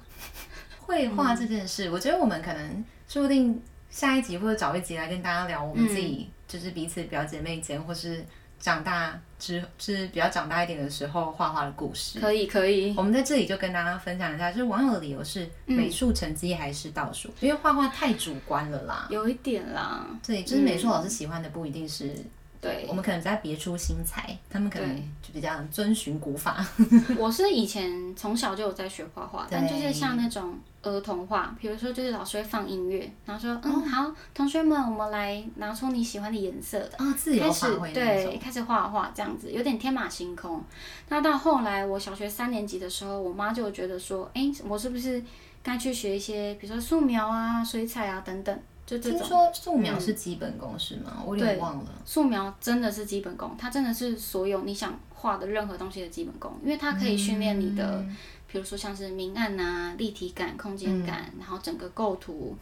Speaker 1: 绘画这件事，我觉得我们可能说不定下一集或者找一集来跟大家聊我们自
Speaker 2: 嗯
Speaker 1: 己，就是彼此表姐妹间，或是长大之就是比较长大一点的时候画画的故事。
Speaker 2: 可以，可以。
Speaker 1: 我们在这里就跟大家分享一下，就是网友的理由是
Speaker 2: 嗯
Speaker 1: 美术成绩还是倒数，因为画画太主观了啦。
Speaker 2: 有一点啦，嗯
Speaker 1: 对，就是美术老师喜欢的不一定是，
Speaker 2: 对，
Speaker 1: 我们可能比较别出心裁，他们可能就比较遵循古法。
Speaker 2: 我是以前从小就有在学画画，但
Speaker 1: 对
Speaker 2: 就是像那种儿童画，比如说就是老师会放音乐，然后说，嗯，好，同学们，我们来拿出你喜欢的颜色，
Speaker 1: 啊、自由
Speaker 2: 开
Speaker 1: 发
Speaker 2: 始
Speaker 1: 挥那
Speaker 2: 对，
Speaker 1: 种。
Speaker 2: 开始画画这样子，有点天马行空。那到后来，我小学三年级的时候，我妈就有觉得说，哎、我是不是该去学一些，比如说素描啊、水彩啊等等，就这
Speaker 1: 听
Speaker 2: 种。嗯
Speaker 1: 说素描是基本公式吗？我有点
Speaker 2: 对
Speaker 1: 忘了。
Speaker 2: 素描真的是基本功，它真的是所有你想画的任何东西的基本功，因为它可以训练你的，比如说像是明暗啊、立体感、空间感，然后整个构图，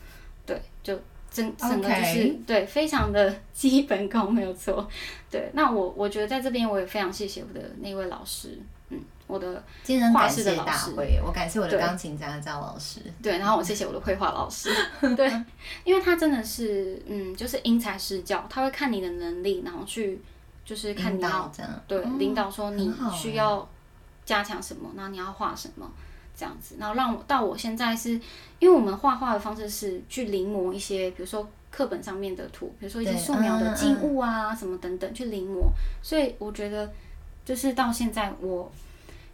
Speaker 2: 对，就整整个就是
Speaker 1: OK
Speaker 2: 对，非常的 基本功，没有错。对，那我我觉得在这边我也非常谢谢我的那位老师，嗯，我的
Speaker 1: 今天很
Speaker 2: 画
Speaker 1: 感
Speaker 2: 室的
Speaker 1: 谢
Speaker 2: 老
Speaker 1: 大
Speaker 2: 师
Speaker 1: 会，我感谢我的
Speaker 2: 对
Speaker 1: 钢琴家教老师。
Speaker 2: 对，然后我谢谢我的绘画老师，对，因为他真的是，嗯，就是因材施教，他会看你的能力，然后去就是看
Speaker 1: 引
Speaker 2: 你要
Speaker 1: 导这样，
Speaker 2: 对、领导说
Speaker 1: 哦很
Speaker 2: 你
Speaker 1: 好欸
Speaker 2: 需要加强什么，然后你要画什么这样子，然后让我到我现在是因为我们画画的方式是去临摹一些，比如说课本上面的图，比如说一些
Speaker 1: 对
Speaker 2: 素描
Speaker 1: 嗯
Speaker 2: 的
Speaker 1: 嗯
Speaker 2: 静物啊、什么等等去临摹，所以我觉得就是到现在我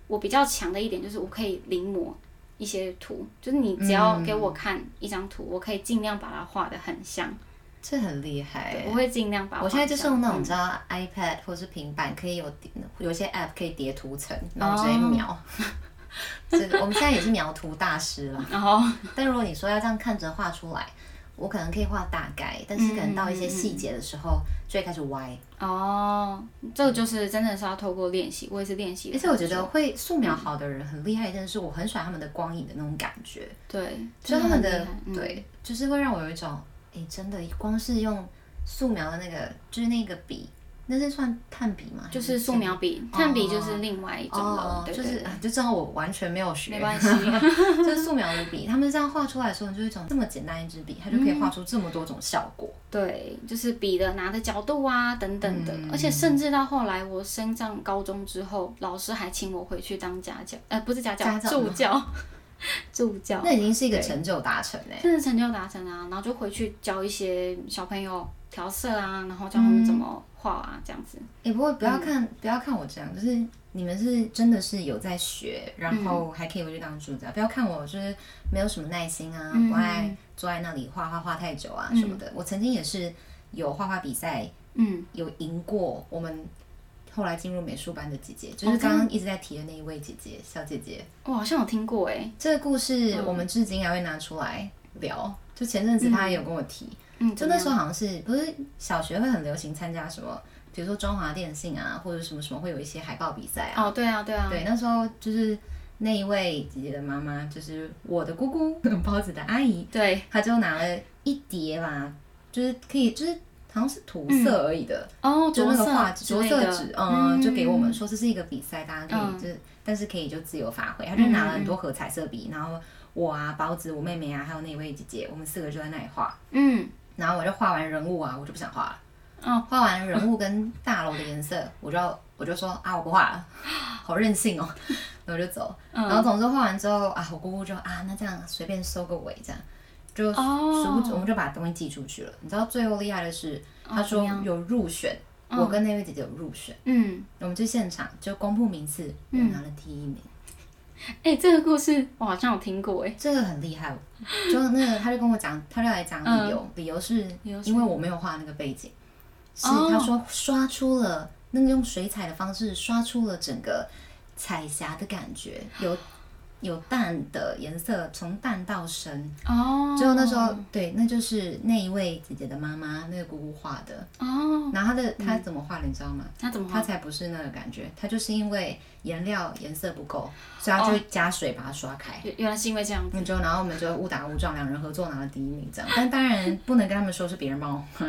Speaker 2: 我比较强的一点就是我可以临摹。一些图，就是你只要给
Speaker 1: 嗯
Speaker 2: 我看一张图，我可以尽量把它画的很像，
Speaker 1: 这很厉害
Speaker 2: 对，
Speaker 1: 欸。
Speaker 2: 我会尽量把它画嗯
Speaker 1: 我现
Speaker 2: 得像。
Speaker 1: 在就是用那种，你知道 iPad 或是平板可以有有一些 App 可以叠图层，然后我
Speaker 2: 哦
Speaker 1: 直接描。 这个我们现在也是描图大师了。
Speaker 2: 然后
Speaker 1: 但如果你说要这样看着画出来，我可能可以画大概，但是可能到一些细节的时候就会开始
Speaker 2: 嗯
Speaker 1: 歪。
Speaker 2: 哦，这个就是真的是要透过练习，我也是练习的
Speaker 1: 而
Speaker 2: 时
Speaker 1: 且
Speaker 2: 候
Speaker 1: 我
Speaker 2: 就。
Speaker 1: 觉得会素描好的人很厉害，但是我很喜欢他们的光影的那种感觉。
Speaker 2: 对，
Speaker 1: 就他
Speaker 2: 真
Speaker 1: 们
Speaker 2: 很
Speaker 1: 的
Speaker 2: 厉害嗯
Speaker 1: 对，就是会让我有一种，诶，真的，光是用素描的那个，就是那个笔，那是算炭笔吗？
Speaker 2: 就是素描笔，炭笔就是另外一种
Speaker 1: 哦，，
Speaker 2: 了对
Speaker 1: 就
Speaker 2: 对
Speaker 1: 是啊就知道我完全没有学，
Speaker 2: 没关系
Speaker 1: 就是素描的笔，他们这样画出来的时候，你就有一种这么简单一支笔，它就可以画出这么多种效果。
Speaker 2: 对，就是笔的拿的角度啊等等的，
Speaker 1: 嗯
Speaker 2: 而且甚至到后来我升上高中之后，老师还请我回去当家教，呃，不是家教，
Speaker 1: 家教
Speaker 2: 助教，助教，
Speaker 1: 那已经是一个成就达成哎、
Speaker 2: 真的成就达成啊，然后就回去教一些小朋友调色啊，然后教他
Speaker 1: 嗯
Speaker 2: 们怎么画啊，这样子。
Speaker 1: 哎、不过不要
Speaker 2: 嗯
Speaker 1: 看、不要看我这样，就是你们是真的是有在学，然
Speaker 2: 嗯
Speaker 1: 后还可以回去当助教。不要看我就是没有什么耐心啊，
Speaker 2: 嗯
Speaker 1: 不爱坐在那里画画画太久啊什么的。我曾经也是有画画比赛，
Speaker 2: 嗯，
Speaker 1: 有赢过我们。后来进入美术班的姐姐，就
Speaker 2: 哦
Speaker 1: 是
Speaker 2: 真的
Speaker 1: 刚刚一直在提的那一位姐姐，小姐姐。
Speaker 2: 我好像有听过哎、
Speaker 1: 这个故
Speaker 2: 嗯
Speaker 1: 事我们至今还会拿出来聊。就前阵子她也有跟我提，
Speaker 2: 嗯，
Speaker 1: 就
Speaker 2: 怎么
Speaker 1: 那
Speaker 2: 样
Speaker 1: 时候好像是不是小学会很流行参加什么，比如说中华电信啊，或者什么什么会有一些海报比赛啊。
Speaker 2: 哦，对啊，对啊，
Speaker 1: 对，那时候就是那一位姐姐的妈妈，就是我的姑姑包子的阿姨，
Speaker 2: 对，
Speaker 1: 她就拿了一叠吧，就是可以就是好像是涂色而已的，
Speaker 2: 嗯哦，
Speaker 1: 就
Speaker 2: 着
Speaker 1: 那个
Speaker 2: 色
Speaker 1: 画
Speaker 2: 之
Speaker 1: 着
Speaker 2: 类
Speaker 1: 色
Speaker 2: 的嗯
Speaker 1: 纸，嗯，就给我们说这是一个比赛，大家可以就是，但是可以就自由发挥。他就拿了很多盒彩色笔，然后我啊、包子、我妹妹啊，还有那位姐姐，我们四个就在那里画。
Speaker 2: 嗯，
Speaker 1: 然后我就画完人物啊，我就不想画了。
Speaker 2: 哦，
Speaker 1: 画完人物跟大楼的颜色，我就要我就说啊，我不画了， 好任性哦， 然后我就走。
Speaker 2: 嗯
Speaker 1: 然后总之画完之后啊，我姑姑就啊，那这样随便收个尾这样，就
Speaker 2: 哦
Speaker 1: 殊不知我们就把东西寄出去了。你知道最后厉害的是，
Speaker 2: 哦
Speaker 1: 他
Speaker 2: 怎
Speaker 1: 说
Speaker 2: 么样
Speaker 1: 有入选，我跟那位姐姐有入选，
Speaker 2: 嗯，
Speaker 1: 我们去现场就公布名次，我拿了第一名，
Speaker 2: 哎、这个故事我好像有听过哎、
Speaker 1: 这个很厉害。哦就那个他就跟我讲，他就来讲理由，
Speaker 2: 嗯
Speaker 1: 理由是
Speaker 2: 理由是
Speaker 1: 因为我没有画那个背景，是
Speaker 2: 哦
Speaker 1: 他说刷出了那个用水彩的方式刷出了整个彩霞的感觉，有有淡的颜色，从淡到深。
Speaker 2: 哦，
Speaker 1: 最后那时候，对，那就是那一位姐姐的妈妈，那个姑姑画的。
Speaker 2: 哦，
Speaker 1: 然后她的她怎么画的，你知道吗？
Speaker 2: 那怎么
Speaker 1: 她
Speaker 2: 画？
Speaker 1: 才不是那个感觉，她就是因为颜料颜色不够，所以她就
Speaker 2: 哦
Speaker 1: 加水把它刷开。
Speaker 2: 原原来是因为这样子，
Speaker 1: 那之后，然后我们就误打误撞，两人合作拿了第一名，这样。但当然不能跟他们说是别人帮我画。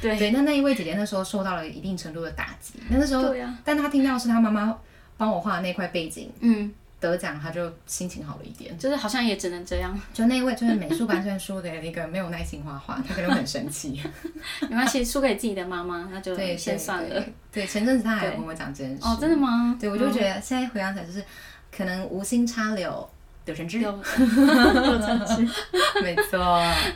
Speaker 2: 对
Speaker 1: 对，那那一位姐姐那时候受到了一定程度的打击，那那时候，
Speaker 2: 对啊
Speaker 1: 但她听到是她妈妈帮我画的那块背景
Speaker 2: 嗯，
Speaker 1: 得奖，她就心情好了一点。
Speaker 2: 就是好像也只能这样，
Speaker 1: 就那一位就是美术班算输给了一个没有耐心画画，他可能会很生气。
Speaker 2: 没关系，输给自己的妈妈，那就
Speaker 1: 对，
Speaker 2: 先
Speaker 1: 对
Speaker 2: 算了。。
Speaker 1: 对，对前阵子他还有跟我讲这件事。
Speaker 2: 哦，真的吗？嗯
Speaker 1: 对，我就觉得现在回想起来，就是可能无心插柳，柳橙汁。
Speaker 2: 嗯 有有 成绩。
Speaker 1: 没错。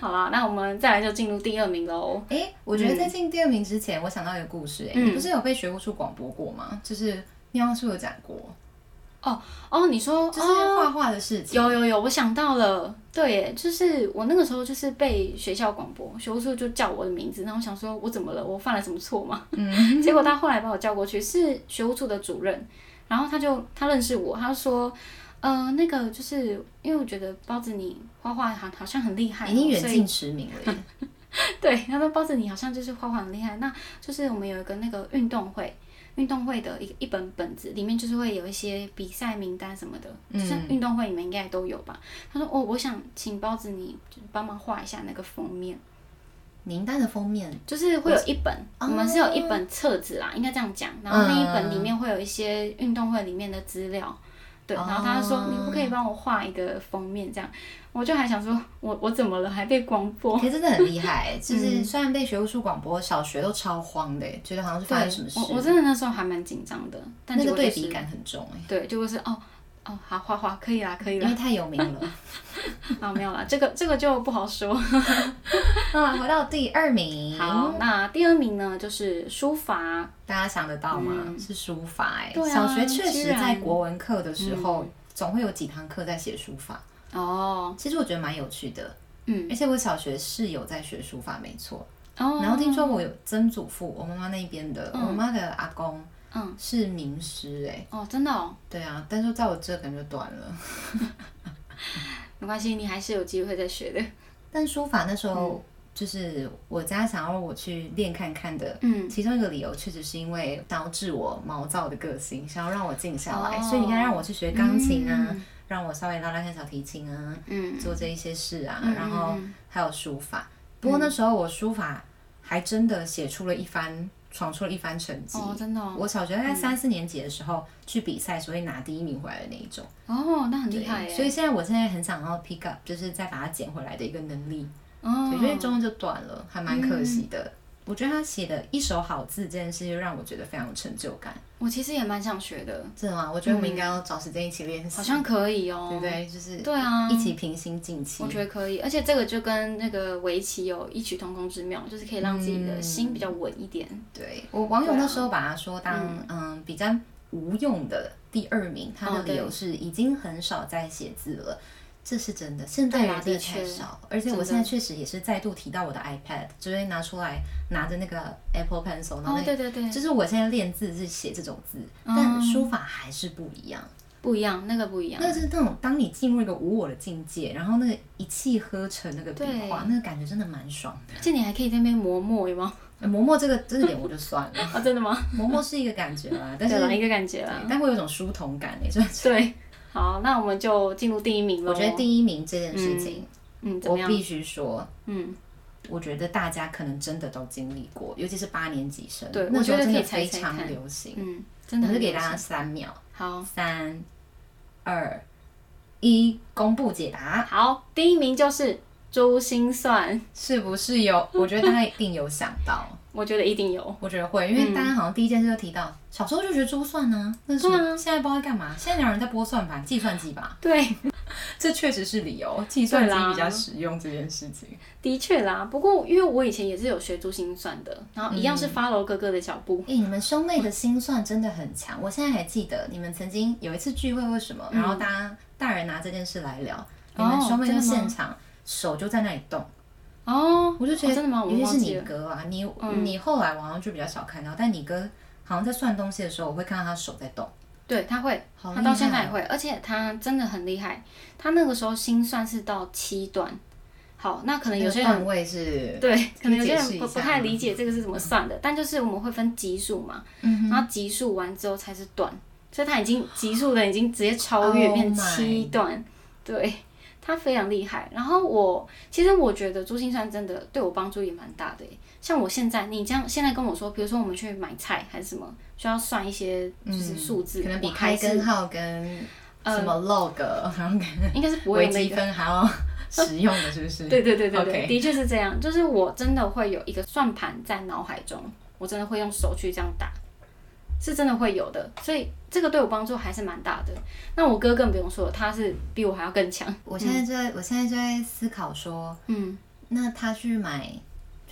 Speaker 2: 好啦，那我们再来就进入第二名喽。
Speaker 1: 哎，我觉得在进第二名之前，我想到一个故事，哎，
Speaker 2: 嗯
Speaker 1: 你不是有被学务处广播过吗？就是你好像是不是有讲过，
Speaker 2: 哦，你说
Speaker 1: 就是
Speaker 2: 哦，
Speaker 1: 画画的事情。
Speaker 2: 有有有，我想到了，对耶，就是我那个时候就是被学校广播，学务处就叫我的名字，然后我想说我怎么了，我犯了什么错吗？嗯， 结果他后来把我叫过去，是学务处的主任，然后他就他认识我，他就说。呃，那个就是因为我觉得包子你画画好好像很厉害哦、
Speaker 1: 已经哎远
Speaker 2: 所以
Speaker 1: 近驰名了 耶。
Speaker 2: 对，他说包子你好像就是画画很厉害，那就是我们有一个那个运动会，运动会的一一本本子里面就是会有一些比赛名单什么的，就是运动会你们应该也都有吧？他说哦，我想请包子你就是帮忙画一下那个封面，
Speaker 1: 名单的封 面，
Speaker 2: 就是会有一本，
Speaker 1: 哦
Speaker 2: 我们是有一本册子啦，应该这样讲，然后那一本里面会有一些运动会里面的资料。对，
Speaker 1: 哦
Speaker 2: 然后他就说、你不可以帮我画一个封面这样，我就还想说我我怎么了，还被广播，
Speaker 1: 可是真的很厉害，
Speaker 2: 嗯
Speaker 1: 就是虽然被学务处广播，小学都超慌的，觉得好像是发生什么事。
Speaker 2: 我我真的那时候还蛮紧张的，但
Speaker 1: 那
Speaker 2: 结
Speaker 1: 个
Speaker 2: 果就
Speaker 1: 对
Speaker 2: 是
Speaker 1: 比感很重哎、
Speaker 2: 对，结果是哦哦好画画可以啦可以
Speaker 1: 因
Speaker 2: 啦，
Speaker 1: 为太有名 了。
Speaker 2: 啊没有啦，这个这个就不好说。
Speaker 1: 啊，回到第二名，
Speaker 2: 好，啊那第二名呢就是书法，
Speaker 1: 大家想得到吗？是书法哎、
Speaker 2: 嗯对啊
Speaker 1: 小学确实
Speaker 2: 居然嗯
Speaker 1: 在国文课的时候，总会有几堂课在写书法，
Speaker 2: 哦
Speaker 1: 其实我觉得蛮有趣的。
Speaker 2: 嗯
Speaker 1: 而且我小学是有在学书法，没错。
Speaker 2: 哦，
Speaker 1: 然后听说我有曾祖父，我妈妈那边的，我妈妈的阿公，
Speaker 2: 嗯，
Speaker 1: 是名师哎、
Speaker 2: 哦真的哦，
Speaker 1: 对啊，但是在我这可能就断了。
Speaker 2: 没关系，你还是有机会再学的。
Speaker 1: 但书法那时
Speaker 2: 嗯
Speaker 1: 候就是我家想要我去练看看的，
Speaker 2: 嗯，
Speaker 1: 其中一个理由确实是因为导致我毛躁的个性，想要让我静下来，
Speaker 2: 哦
Speaker 1: 所以你看让我去学钢琴啊，
Speaker 2: 嗯
Speaker 1: 让我稍微拉拉看小提琴啊，
Speaker 2: 嗯
Speaker 1: 做这一些事啊，
Speaker 2: 嗯
Speaker 1: 然后还有书法。不过那时候我书法还真的写出了一番，闯出了一番成绩。
Speaker 2: 哦真的哦，
Speaker 1: 我小学大概三四年级的时候、去比赛，所以拿第一名回来的那一种。
Speaker 2: 哦那很厉害
Speaker 1: 对
Speaker 2: 耶，
Speaker 1: 所以现在我现在很想要 pick up，就是再把它捡回来的一个能力。
Speaker 2: 哦嗯
Speaker 1: 对，因为中间就断了，还蛮可惜的。我觉得他写的一手好字这件事情让我觉得非常有成就感。
Speaker 2: 我其实也蛮想学的，
Speaker 1: 真的吗？我觉得我们应该要找时间一起练习，
Speaker 2: 好像可以哦、
Speaker 1: 对不对？就是
Speaker 2: 对啊
Speaker 1: 一起平心静气
Speaker 2: 我。觉得可以，而且这个就跟那个围棋有异曲同工之妙，就是可以让自己的心比较稳一点。
Speaker 1: 对我网友那时候把它说当
Speaker 2: 啊
Speaker 1: 嗯比较无用的第二名，他的
Speaker 2: 哦对
Speaker 1: 理由是已经很少在写字了。这是真的，现代
Speaker 2: 对啊
Speaker 1: 人真的
Speaker 2: 的
Speaker 1: 太
Speaker 2: 确
Speaker 1: 少，而且我
Speaker 2: 真的
Speaker 1: 现在确实也是再度提到我的 iPad，就会拿出来拿着那个 Apple Pencil，然后
Speaker 2: 哦，对对对，
Speaker 1: 就是我现在练字是写这种字，
Speaker 2: 嗯
Speaker 1: 但书法还是不一样。
Speaker 2: 不一样，那个不一样。
Speaker 1: 那个是那种当你进入一个无我的境界，然后那个一气呵成那个笔
Speaker 2: 对
Speaker 1: 画，那个感觉真的蛮爽
Speaker 2: 而且你还可以在那边磨墨， 有吗？
Speaker 1: 的。磨墨这个这个点我就算 了，
Speaker 2: 啊，真的吗？
Speaker 1: 磨墨是一个感觉啦，但
Speaker 2: 对
Speaker 1: 是
Speaker 2: 啦，一个感觉
Speaker 1: 对
Speaker 2: 啦。
Speaker 1: 但会有一种书童感欸诶、所以
Speaker 2: 对，好，那我们就进入第一名了。
Speaker 1: 我觉得，第一名这件事情，
Speaker 2: 嗯，怎
Speaker 1: 我
Speaker 2: 么样？
Speaker 1: 必须说，
Speaker 2: 嗯，
Speaker 1: 我觉得大家可能真的都经历过，尤其是八年级生，
Speaker 2: 对
Speaker 1: 那时候
Speaker 2: 我觉得
Speaker 1: 真
Speaker 2: 可
Speaker 1: 的
Speaker 2: 以猜
Speaker 1: 非
Speaker 2: 猜
Speaker 1: 常
Speaker 2: 看
Speaker 1: 流行。
Speaker 2: 嗯，真的
Speaker 1: 我
Speaker 2: 很
Speaker 1: 是给
Speaker 2: 流
Speaker 1: 大家
Speaker 2: 行
Speaker 1: 三秒，
Speaker 2: 好
Speaker 1: 三、二、一，公布解答。
Speaker 2: 好，第一名就是珠心算，
Speaker 1: 是不是 有？我觉得大家一定有想到，
Speaker 2: 我觉得一定有。
Speaker 1: 我觉得会，因
Speaker 2: 嗯
Speaker 1: 为大家好像第一件事就提到，小时候就学珠算呢、啊，那是什么？现在不知道在干嘛，现在哪有人在播算盘、计算机 吧？
Speaker 2: 对，
Speaker 1: 这确实是理由，计
Speaker 2: 算机比较
Speaker 1: 实用这件事情。
Speaker 2: 的确啦。不过因为我以前也是有学珠心算的，然后一样是 follow 哥哥的脚步。
Speaker 1: 哎、你们兄妹的心算真的很强，我现在还记得你们曾经有一次聚会为什么，然后大家大人拿这件事来聊，你们兄妹就
Speaker 2: 嗯哦真的吗
Speaker 1: 现场。手就在那里动，
Speaker 2: 哦，
Speaker 1: 我就觉得，
Speaker 2: 哦真的吗？我
Speaker 1: 尤其是
Speaker 2: 忘记
Speaker 1: 你
Speaker 2: 了。嗯
Speaker 1: 哥啊，你、你后来我好像就比较少看到，但你哥好像在算东西的时候，我会看到他手在动。
Speaker 2: 对，他会，
Speaker 1: 好
Speaker 2: 他
Speaker 1: 厉
Speaker 2: 到现在
Speaker 1: 害
Speaker 2: 也会，而且他真的很厉害。他那个时候心算是到七段，好，那可能有些人
Speaker 1: 段位是，
Speaker 2: 对，可能有些
Speaker 1: 可以解释
Speaker 2: 人
Speaker 1: 一
Speaker 2: 不
Speaker 1: 下
Speaker 2: 不太理解这个是怎么算的，但就是我们会分级数嘛，
Speaker 1: 嗯
Speaker 2: 然后级数完之后才是段，所以他已经级数的已经直接超越
Speaker 1: Oh
Speaker 2: 变七段，对。他非常厉害，然后我其实我觉得珠心算真的对我帮助也蛮大的耶。像我现在，你这样现在跟我说，比如说我们去买菜还是什么，需要算一些就是数
Speaker 1: 嗯
Speaker 2: 字，
Speaker 1: 可能比
Speaker 2: 我还
Speaker 1: 开
Speaker 2: 是
Speaker 1: 根号跟什么 log，然后
Speaker 2: 应该是不
Speaker 1: 嗯
Speaker 2: 会
Speaker 1: 微
Speaker 2: 有那
Speaker 1: 积
Speaker 2: 个。
Speaker 1: 分还要 实用的，是不是？
Speaker 2: 对对对对
Speaker 1: OK
Speaker 2: 对，的确是这样。就是我真的会有一个算盘在脑海中，我真的会用手去这样打，是真的会有的。所以这个对我帮助还是蛮大的。那我哥更不用说了，他是比我还要更强。
Speaker 1: 我现在就在，我现在就在思考说，
Speaker 2: 嗯，
Speaker 1: 那他去买，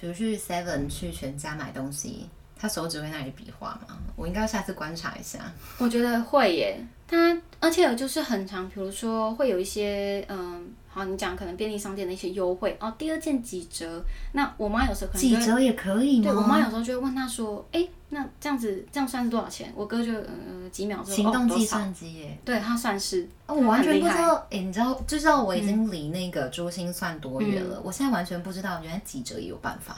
Speaker 1: 比如去 Seven 去全家买东西，他手指会那里比划吗？我应该下次观察一下。
Speaker 2: 我觉得会耶。他而且就是很常，比如说会有一些嗯。好，你讲可能便利商店的一些优惠哦，第二件几折？那我妈有时候可能就
Speaker 1: 几
Speaker 2: 会
Speaker 1: 折也可以
Speaker 2: 对我
Speaker 1: 吗？
Speaker 2: 妈有时候就会问他说：“哎、那这样子这样算是多少钱？”我哥就呃几秒钟
Speaker 1: 行动
Speaker 2: 哦、多
Speaker 1: 计
Speaker 2: 少
Speaker 1: 算机耶。
Speaker 2: 对他算是
Speaker 1: 哦，我完全不知
Speaker 2: 他很厉害嗯
Speaker 1: 道，哎、你知道，就知道我已经离那个珠心算多远了。我现在完全不知道，原来几折也有办法，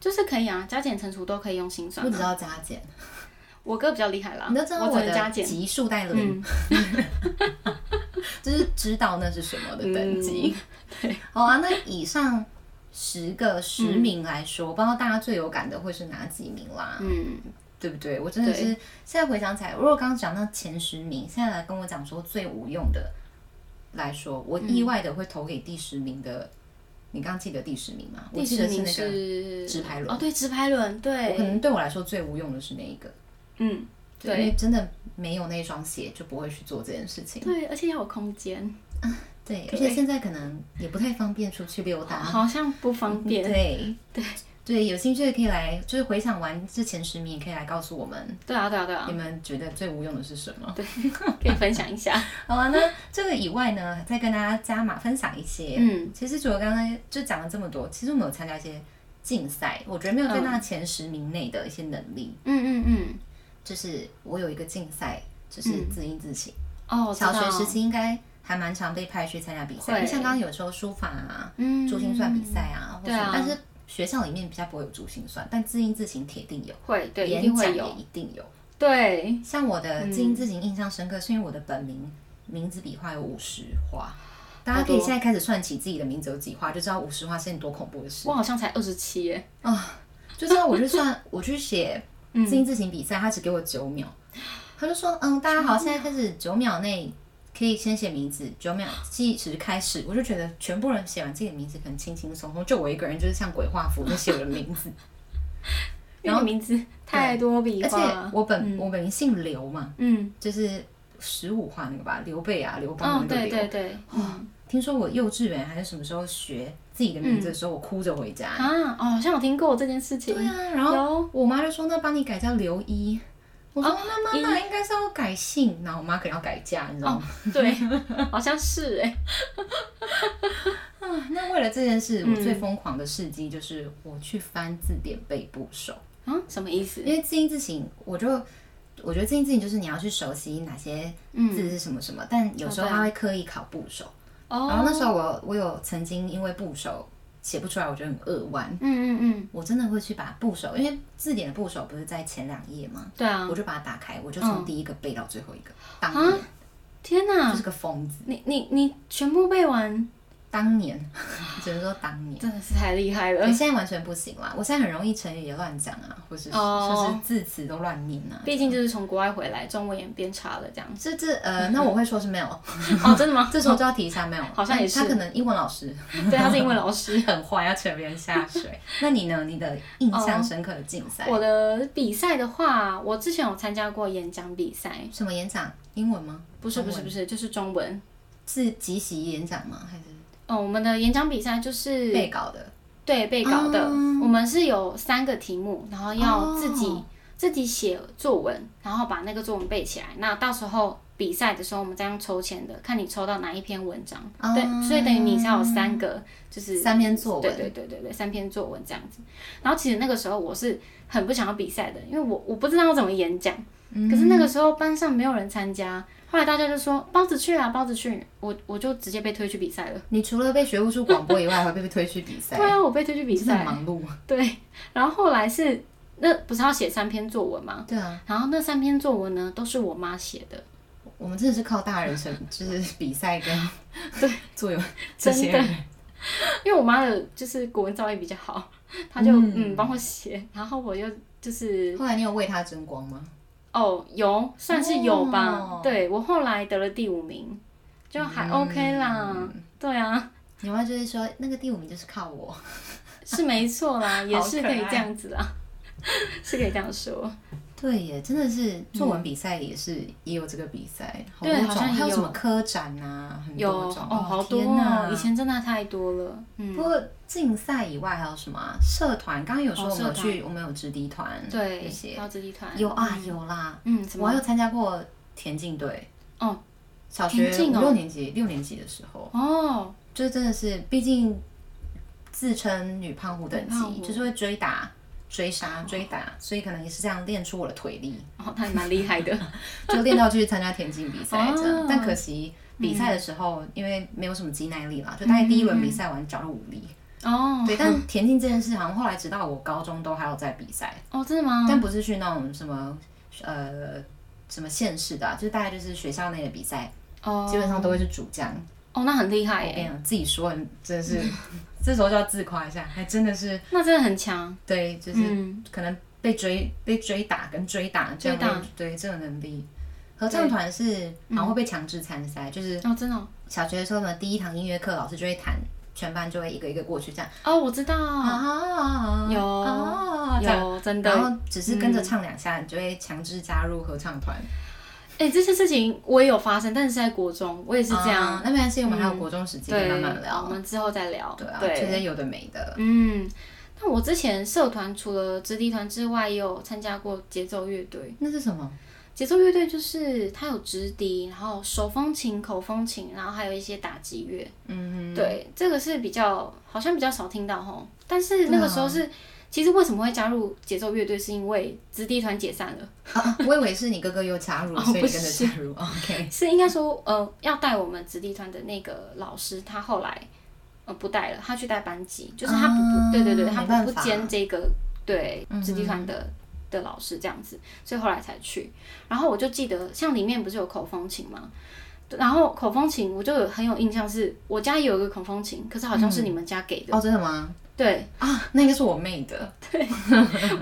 Speaker 2: 就是可以啊，加减乘除都可以用心算
Speaker 1: 不
Speaker 2: 啊、
Speaker 1: 知道加减。
Speaker 2: 我哥比较厉害啦，
Speaker 1: 你都知道
Speaker 2: 我只能加
Speaker 1: 的
Speaker 2: 减。
Speaker 1: 级数带轮
Speaker 2: 嗯，
Speaker 1: 就是知道那是什么的等级。
Speaker 2: 嗯
Speaker 1: 对， 好啊，那以上十个十名来说，不知道大家最有感的会是哪几名啦？
Speaker 2: 嗯，
Speaker 1: 对不对？我真的是现在回想起来，如果刚刚讲到前十名，现在来跟我讲说最无用的来说，我意外的会投给第十名的。你刚记得第十名吗？我
Speaker 2: 第
Speaker 1: 记
Speaker 2: 十
Speaker 1: 得是
Speaker 2: 名
Speaker 1: 那个，
Speaker 2: 是
Speaker 1: 直排
Speaker 2: 轮哦，对，直排轮，
Speaker 1: 我可
Speaker 2: 对，
Speaker 1: 能对我来说最无用的是那一个，
Speaker 2: 嗯，
Speaker 1: 对，因为真的没有那双鞋就不会去做这件事情。
Speaker 2: 对，而且要有空间，
Speaker 1: 对，而
Speaker 2: 对
Speaker 1: 且现在可能也不太方便出去溜达，
Speaker 2: 好像不方便。
Speaker 1: 嗯对对对，有兴趣的可以来，就是回想完这前十名，也可以来告诉我们，
Speaker 2: 对啊，对啊，对啊，
Speaker 1: 你们觉得最无用的是什么？
Speaker 2: 可以分享一下。
Speaker 1: 好了，那这个以外呢，再跟大家加码分享一些。
Speaker 2: 嗯，
Speaker 1: 其实除了刚才就讲了这么多，其实我们有参加一些竞赛，我觉得没有在那前十名内的一些能力，
Speaker 2: 嗯嗯嗯，
Speaker 1: 就是我有一个竞赛，就是字音字形，
Speaker 2: 哦，我知
Speaker 1: 小
Speaker 2: 道
Speaker 1: 学时，期应该还蛮常被派去参加比赛，
Speaker 2: 会
Speaker 1: 因为像刚刚有时候书法啊、
Speaker 2: 嗯，
Speaker 1: 珠心算比赛啊，或
Speaker 2: 对
Speaker 1: 者、
Speaker 2: 啊
Speaker 1: 但是学校里面比较不会有珠心算，但字音字形铁定有，
Speaker 2: 会，对，一定
Speaker 1: 演讲
Speaker 2: 会
Speaker 1: 也
Speaker 2: 有，嗯
Speaker 1: 一定有。
Speaker 2: 对，
Speaker 1: 像我的字音字形印象深刻，是因为我的本名名字笔画有五十画，大家可以现在开始算起自己的名字有几画，就知道五十画是件多恐怖的事。
Speaker 2: 我好像才二十七耶，
Speaker 1: 就知道我就算 我去写
Speaker 2: 嗯
Speaker 1: 字音字形比赛，他只给我九秒，他就说：“嗯，大家好，现在开始九秒内。”可以先写名字，九秒计时开始，我就 觉得全部人写完自己的名字可能轻轻松松，就我一个人就是像鬼画符，就写我的名字，
Speaker 2: 然后名字太多笔
Speaker 1: 而且
Speaker 2: 画，
Speaker 1: 我本、我本名姓刘嘛，
Speaker 2: 嗯，
Speaker 1: 就是十五画那个吧，刘备啊，刘邦
Speaker 2: 哦，
Speaker 1: 的那个
Speaker 2: 对
Speaker 1: 刘。
Speaker 2: 对对，嗯
Speaker 1: 听说我幼稚园还是什么时候学自己的名字的时候，我哭着回家。
Speaker 2: 嗯啊，哦，好像有听过这件事情，
Speaker 1: 对啊，然后
Speaker 2: 有，
Speaker 1: 我妈就说那帮你改叫刘一。我
Speaker 2: 哦
Speaker 1: 说那哦妈妈应该是要改姓，然后我妈可能要改嫁，你知道吗？
Speaker 2: 哦对，好像是哎，
Speaker 1: 啊，那为了这件事，
Speaker 2: 哦嗯
Speaker 1: 我最疯狂的事迹就是我去翻字典背部首，
Speaker 2: 啊，什么意思？
Speaker 1: 因为字音字形，我就我觉得字音字形就是你要去熟悉哪些
Speaker 2: 嗯，
Speaker 1: 字是什么什么，但有时候
Speaker 2: 好吧
Speaker 1: 他会刻意考部首。然后
Speaker 2: 哦，
Speaker 1: 那时候我我有曾经因为部首写不出来，我觉得很扼腕，
Speaker 2: 嗯嗯嗯，
Speaker 1: 我真的会去把部首，因为字典的部首不是在前两页吗？
Speaker 2: 对啊，
Speaker 1: 我就把它打开，我就从第一个背到最后一个。当
Speaker 2: 啊
Speaker 1: 年
Speaker 2: 天哪
Speaker 1: 就，是个疯子，
Speaker 2: 你你你全部背完，
Speaker 1: 当年只能说当 年。
Speaker 2: 真的是太厉害
Speaker 1: 我
Speaker 2: 了，
Speaker 1: 现在完全不行啦，我现在很容易成语也乱讲啊，或是
Speaker 2: 哦
Speaker 1: 就是字词都乱念啊。。
Speaker 2: 毕竟就是从国外回来，中文也变差了这样
Speaker 1: 这这呃，那我会说是没有，
Speaker 2: 哦，真的吗？
Speaker 1: 这时候就要提一下没有，
Speaker 2: 好像也是
Speaker 1: 他可能英文老师
Speaker 2: 对，他是英文老师。
Speaker 1: 很坏，要全员下水。那你呢？你的印象深刻的竞赛？
Speaker 2: 我的比赛的话，我之前有参加过演讲比赛，
Speaker 1: 什么演讲？英文吗？
Speaker 2: 不是不是不是，就是中文。
Speaker 1: 是即席演讲吗？还是
Speaker 2: 哦，我们的演讲比赛就是
Speaker 1: 被稿的？
Speaker 2: 对被稿
Speaker 1: 啊
Speaker 2: 的，我们是有三个题目，然后
Speaker 1: 哦
Speaker 2: 要自己、自己写作文，然后把那个作文背起来。那到时候比赛的时候，我们这样抽签的，看你抽到哪一篇文章。
Speaker 1: 哦
Speaker 2: 对，所以等于你是要有三个，就是
Speaker 1: 三篇作文
Speaker 2: 对对对对对，三篇作文这样子。然后其实那个时候我是很不想要比赛的，因为我我不知道我怎么演讲。
Speaker 1: 嗯
Speaker 2: 可是那个时候班上没有人参加，后来大家就说包子去啊，包子去，我我就直接被推去比赛了。
Speaker 1: 你除了被学务处广播以外，还会被推去比赛
Speaker 2: 对？啊，我被推去 比
Speaker 1: 你真的很
Speaker 2: 赛。
Speaker 1: 忙碌。啊
Speaker 2: 对，然后后来是那不是要写三篇作文吗？
Speaker 1: 对啊，
Speaker 2: 然后那三篇作文呢，都是我妈写的，
Speaker 1: 我们真的是靠大人成， 就是比赛跟
Speaker 2: 对
Speaker 1: 作 用这些人。
Speaker 2: 因为我妈的就是国文造诣比较好，她就嗯帮我写，然后我又就是
Speaker 1: 后来你有为他争光吗？
Speaker 2: 哦有算是有吧，
Speaker 1: 哦嗯
Speaker 2: 对我后来得了第五名，就还 OK 啦，对啊，
Speaker 1: 你妈就会说那个第五名就是靠 我。
Speaker 2: 是没错啦，也
Speaker 1: 好
Speaker 2: 是
Speaker 1: 可
Speaker 2: 可以
Speaker 1: 爱
Speaker 2: 这样子啊，是可以这样说，
Speaker 1: 对耶，真的是作文比赛也是、也有这个比赛，好多
Speaker 2: 对
Speaker 1: 种，
Speaker 2: 好像也
Speaker 1: 还有什
Speaker 2: 有
Speaker 1: 么科展啊，很
Speaker 2: 有
Speaker 1: 多种
Speaker 2: 哦好多
Speaker 1: 天
Speaker 2: 哦，
Speaker 1: 哪
Speaker 2: 以前真的太多了，嗯，
Speaker 1: 不过竞赛以外还有什么、啊、社团？刚刚有说
Speaker 2: 哦
Speaker 1: 我们有
Speaker 2: 社团
Speaker 1: 去，我们有直敌团，
Speaker 2: 对
Speaker 1: 那，些
Speaker 2: 高子集团
Speaker 1: 有啊有啦，
Speaker 2: 嗯，什
Speaker 1: 我
Speaker 2: 么
Speaker 1: 还有参加过田径队。
Speaker 2: 哦，
Speaker 1: 小学
Speaker 2: 田
Speaker 1: 五
Speaker 2: 径哦
Speaker 1: 六年级、六年级的时候，
Speaker 2: 哦，
Speaker 1: 就真的是，毕竟自称女胖虎等
Speaker 2: 女胖
Speaker 1: 级，
Speaker 2: 虎
Speaker 1: 就是会追打、追杀、追打，所以可能也是这样练出我的腿力，
Speaker 2: 哦，他还蛮厉害的，
Speaker 1: 就练到去参加田径比赛这样
Speaker 2: 哦。
Speaker 1: 但可惜比赛的时候，因为没有什么肌耐力啦，就大概第一轮比
Speaker 2: 嗯
Speaker 1: 赛完脚就无力。
Speaker 2: 哦，
Speaker 1: 对，但田径这件事好像后来直到我高中都还有在比赛，
Speaker 2: 哦，真的吗？
Speaker 1: 但不是去那种什么呃什么县市的啊，就是大概就是学校内的比赛。
Speaker 2: 哦，
Speaker 1: 基本上都会是主将。
Speaker 2: 哦，那很厉
Speaker 1: 我
Speaker 2: 害
Speaker 1: 跟
Speaker 2: 耶，
Speaker 1: 你讲，自己说真的是，这时候就要自夸一下，还真的是
Speaker 2: 那真的很强，
Speaker 1: 对，就是
Speaker 2: 嗯，
Speaker 1: 可能被追、被追打跟追打这样
Speaker 2: 追打
Speaker 1: 的对这种能力。合唱团是好像会被强制参赛，就是
Speaker 2: 哦，真的哦，
Speaker 1: 小学的时候呢，第一堂音乐课老师就会弹，全班就会一个一个过去这样
Speaker 2: 哦，我知道，
Speaker 1: 啊，
Speaker 2: 有
Speaker 1: 啊这样，
Speaker 2: 有真
Speaker 1: 然
Speaker 2: 的，嗯
Speaker 1: 后只是跟着唱两下，你就会强制加入合唱团。
Speaker 2: 哎，这些事情我也有发生，但是在国中，我也是这
Speaker 1: 啊
Speaker 2: 样，
Speaker 1: 那没关系，我们还有国中时期可以
Speaker 2: 对，
Speaker 1: 慢慢
Speaker 2: 我
Speaker 1: 聊。
Speaker 2: 们之后再聊，
Speaker 1: 对啊，这
Speaker 2: 对，
Speaker 1: 些有的没的。
Speaker 2: 嗯。那我之前社团除了直笛团之外，也有参加过节奏乐队。
Speaker 1: 那是什么？
Speaker 2: 节奏乐队就是它有直笛，然后手风琴、口风琴，然后还有一些打击乐。嗯对，这个是比较好像比较少听到吼。但是那个时候是，其实为什么会加入节奏乐队，是因为直笛团解散了，
Speaker 1: 啊我以为是你哥哥又加入，
Speaker 2: 哦
Speaker 1: 所以
Speaker 2: 不
Speaker 1: 跟着加入。OK，
Speaker 2: 是应该说呃要带我们直笛团的那个老师，他后来呃不带了，他去带班级，就是他不不、
Speaker 1: 啊
Speaker 2: 对对对，
Speaker 1: 没
Speaker 2: 他
Speaker 1: 办
Speaker 2: 不不
Speaker 1: 法
Speaker 2: 兼这个对
Speaker 1: 嗯哼
Speaker 2: 直笛团的。的老师这样子，所以后来才去。然后我就记得，像里面不是有口风琴吗？然后口风琴我就有很有印象是，我家也有一个口风琴，可是好像是你们家给的。
Speaker 1: 哦，真的吗？
Speaker 2: 对，
Speaker 1: 啊，那应该是我妹的。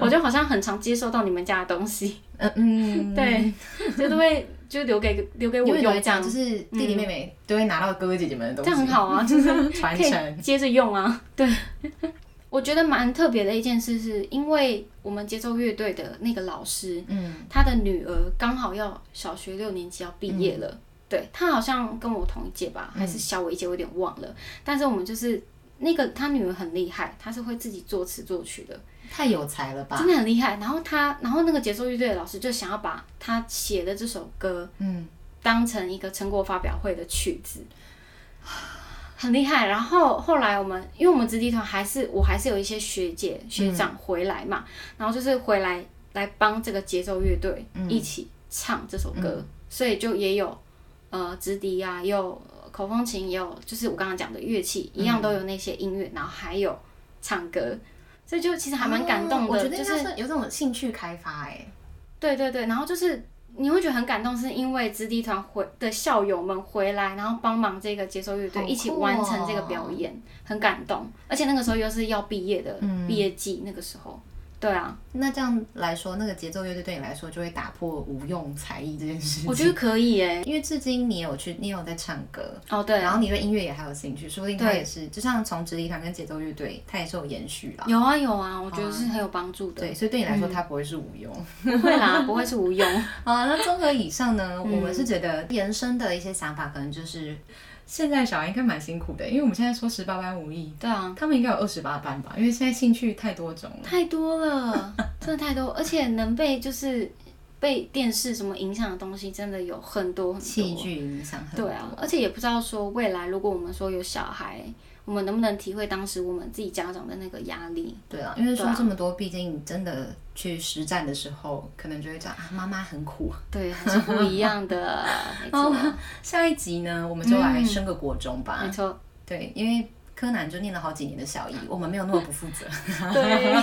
Speaker 2: 我就好像很常接收到你们家的东西，
Speaker 1: 嗯 嗯，
Speaker 2: 对，就都会就留给留给
Speaker 1: 因
Speaker 2: 我
Speaker 1: 为有
Speaker 2: 用
Speaker 1: 一
Speaker 2: 这
Speaker 1: 讲
Speaker 2: 样
Speaker 1: 就，是弟弟妹妹都会拿到哥哥姐姐们的
Speaker 2: 这
Speaker 1: 东
Speaker 2: 样很啊
Speaker 1: 西，
Speaker 2: 好啊，就是
Speaker 1: 传
Speaker 2: 可以
Speaker 1: 承。
Speaker 2: 接着用啊。对，我觉得蛮特别的一件事，是因为我们节奏乐队的那个老师，嗯，他的女儿刚好要小学六年级要毕业了，对他好像跟我同一届吧，还是小我一届，我有点忘了。但是我们就是那个他女儿很厉害，她是会自己作词作曲的。
Speaker 1: 太有才了吧？
Speaker 2: 真的很厉害。然后他，然后那个节奏乐队的老师就想要把他写的这首歌，嗯，当成一个成果发表会的曲子， 很厉害。然后后来我们，因为我们子弟团还是我还是有一些学姐学长回来嘛，
Speaker 1: 嗯
Speaker 2: 然后就是回来来帮这个节奏乐队
Speaker 1: 嗯
Speaker 2: 一起唱这首歌，所以就也有呃直笛啊，也有口风琴，也有就是我刚刚讲的乐器，
Speaker 1: 嗯
Speaker 2: 一样都有那些音乐，然后还有唱歌。所以就其实还蛮感动的，
Speaker 1: 哦我觉得
Speaker 2: 就
Speaker 1: 应
Speaker 2: 是
Speaker 1: 该是有这种兴趣开发哎、
Speaker 2: 对对对，然后就是你会觉得很感动，是因为子弟团回的校友们回来，然后帮忙这个接收乐
Speaker 1: 好
Speaker 2: 队、
Speaker 1: 酷哦
Speaker 2: 一起完成这个表演，很感动。而且那个时候又是要毕业的、
Speaker 1: 嗯
Speaker 2: 毕业季，那个时候，对啊，
Speaker 1: 那这样来说，那个节奏乐队对你来说就会打破无用才艺这件事情。
Speaker 2: 我觉得可以耶。
Speaker 1: 因为至今你有去，你有在唱歌，
Speaker 2: 哦，对，
Speaker 1: 然后你对音乐也还有兴趣，说不定它
Speaker 2: 对
Speaker 1: 也是，就像从直笛团跟节奏乐队，它也是有延续啦。
Speaker 2: 有啊有啊，我觉得是很有帮助的。嗯
Speaker 1: 对，所以对你来说，它不会是无 用。
Speaker 2: 不会啦，不会是无用。
Speaker 1: 啊，那综合以上呢，
Speaker 2: 嗯
Speaker 1: 我们是觉得延伸的一些想法，可能就是现在小孩应该蛮辛苦的，因为我们现在说十八班无益，
Speaker 2: 对啊，
Speaker 1: 他们应该有二十八班吧，因为现在兴趣太多种了。
Speaker 2: 太多了，真的太多，而且能被就是被电视什么影响的东西，真的有很多很多。
Speaker 1: 戏剧影响很
Speaker 2: 对啊，而且也不知道说未来如果我们说有小孩，我们能不能体会当时我们自己家长的那个压力？
Speaker 1: 对啊，因为说这么多，毕竟真的去实战的时候，可能就会讲啊，妈妈很苦。
Speaker 2: 对，还是不一样 的，没错，
Speaker 1: 下一集呢，我们就来升个国中吧。
Speaker 2: 哦没错，
Speaker 1: 对，因为柯南就念了好几年的小一，我们没有那么不负责。
Speaker 2: 对。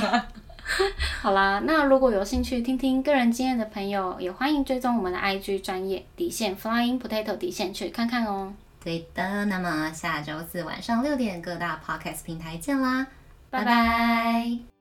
Speaker 2: 好啦，那如果有兴趣听听个人经验的朋友，也欢迎追踪我们的 IG 专业底线 Flying Potato 底线去看看哦。
Speaker 1: 对的，那么下周四晚上六点，各大 podcast 平台见啦，拜
Speaker 2: 拜
Speaker 1: 拜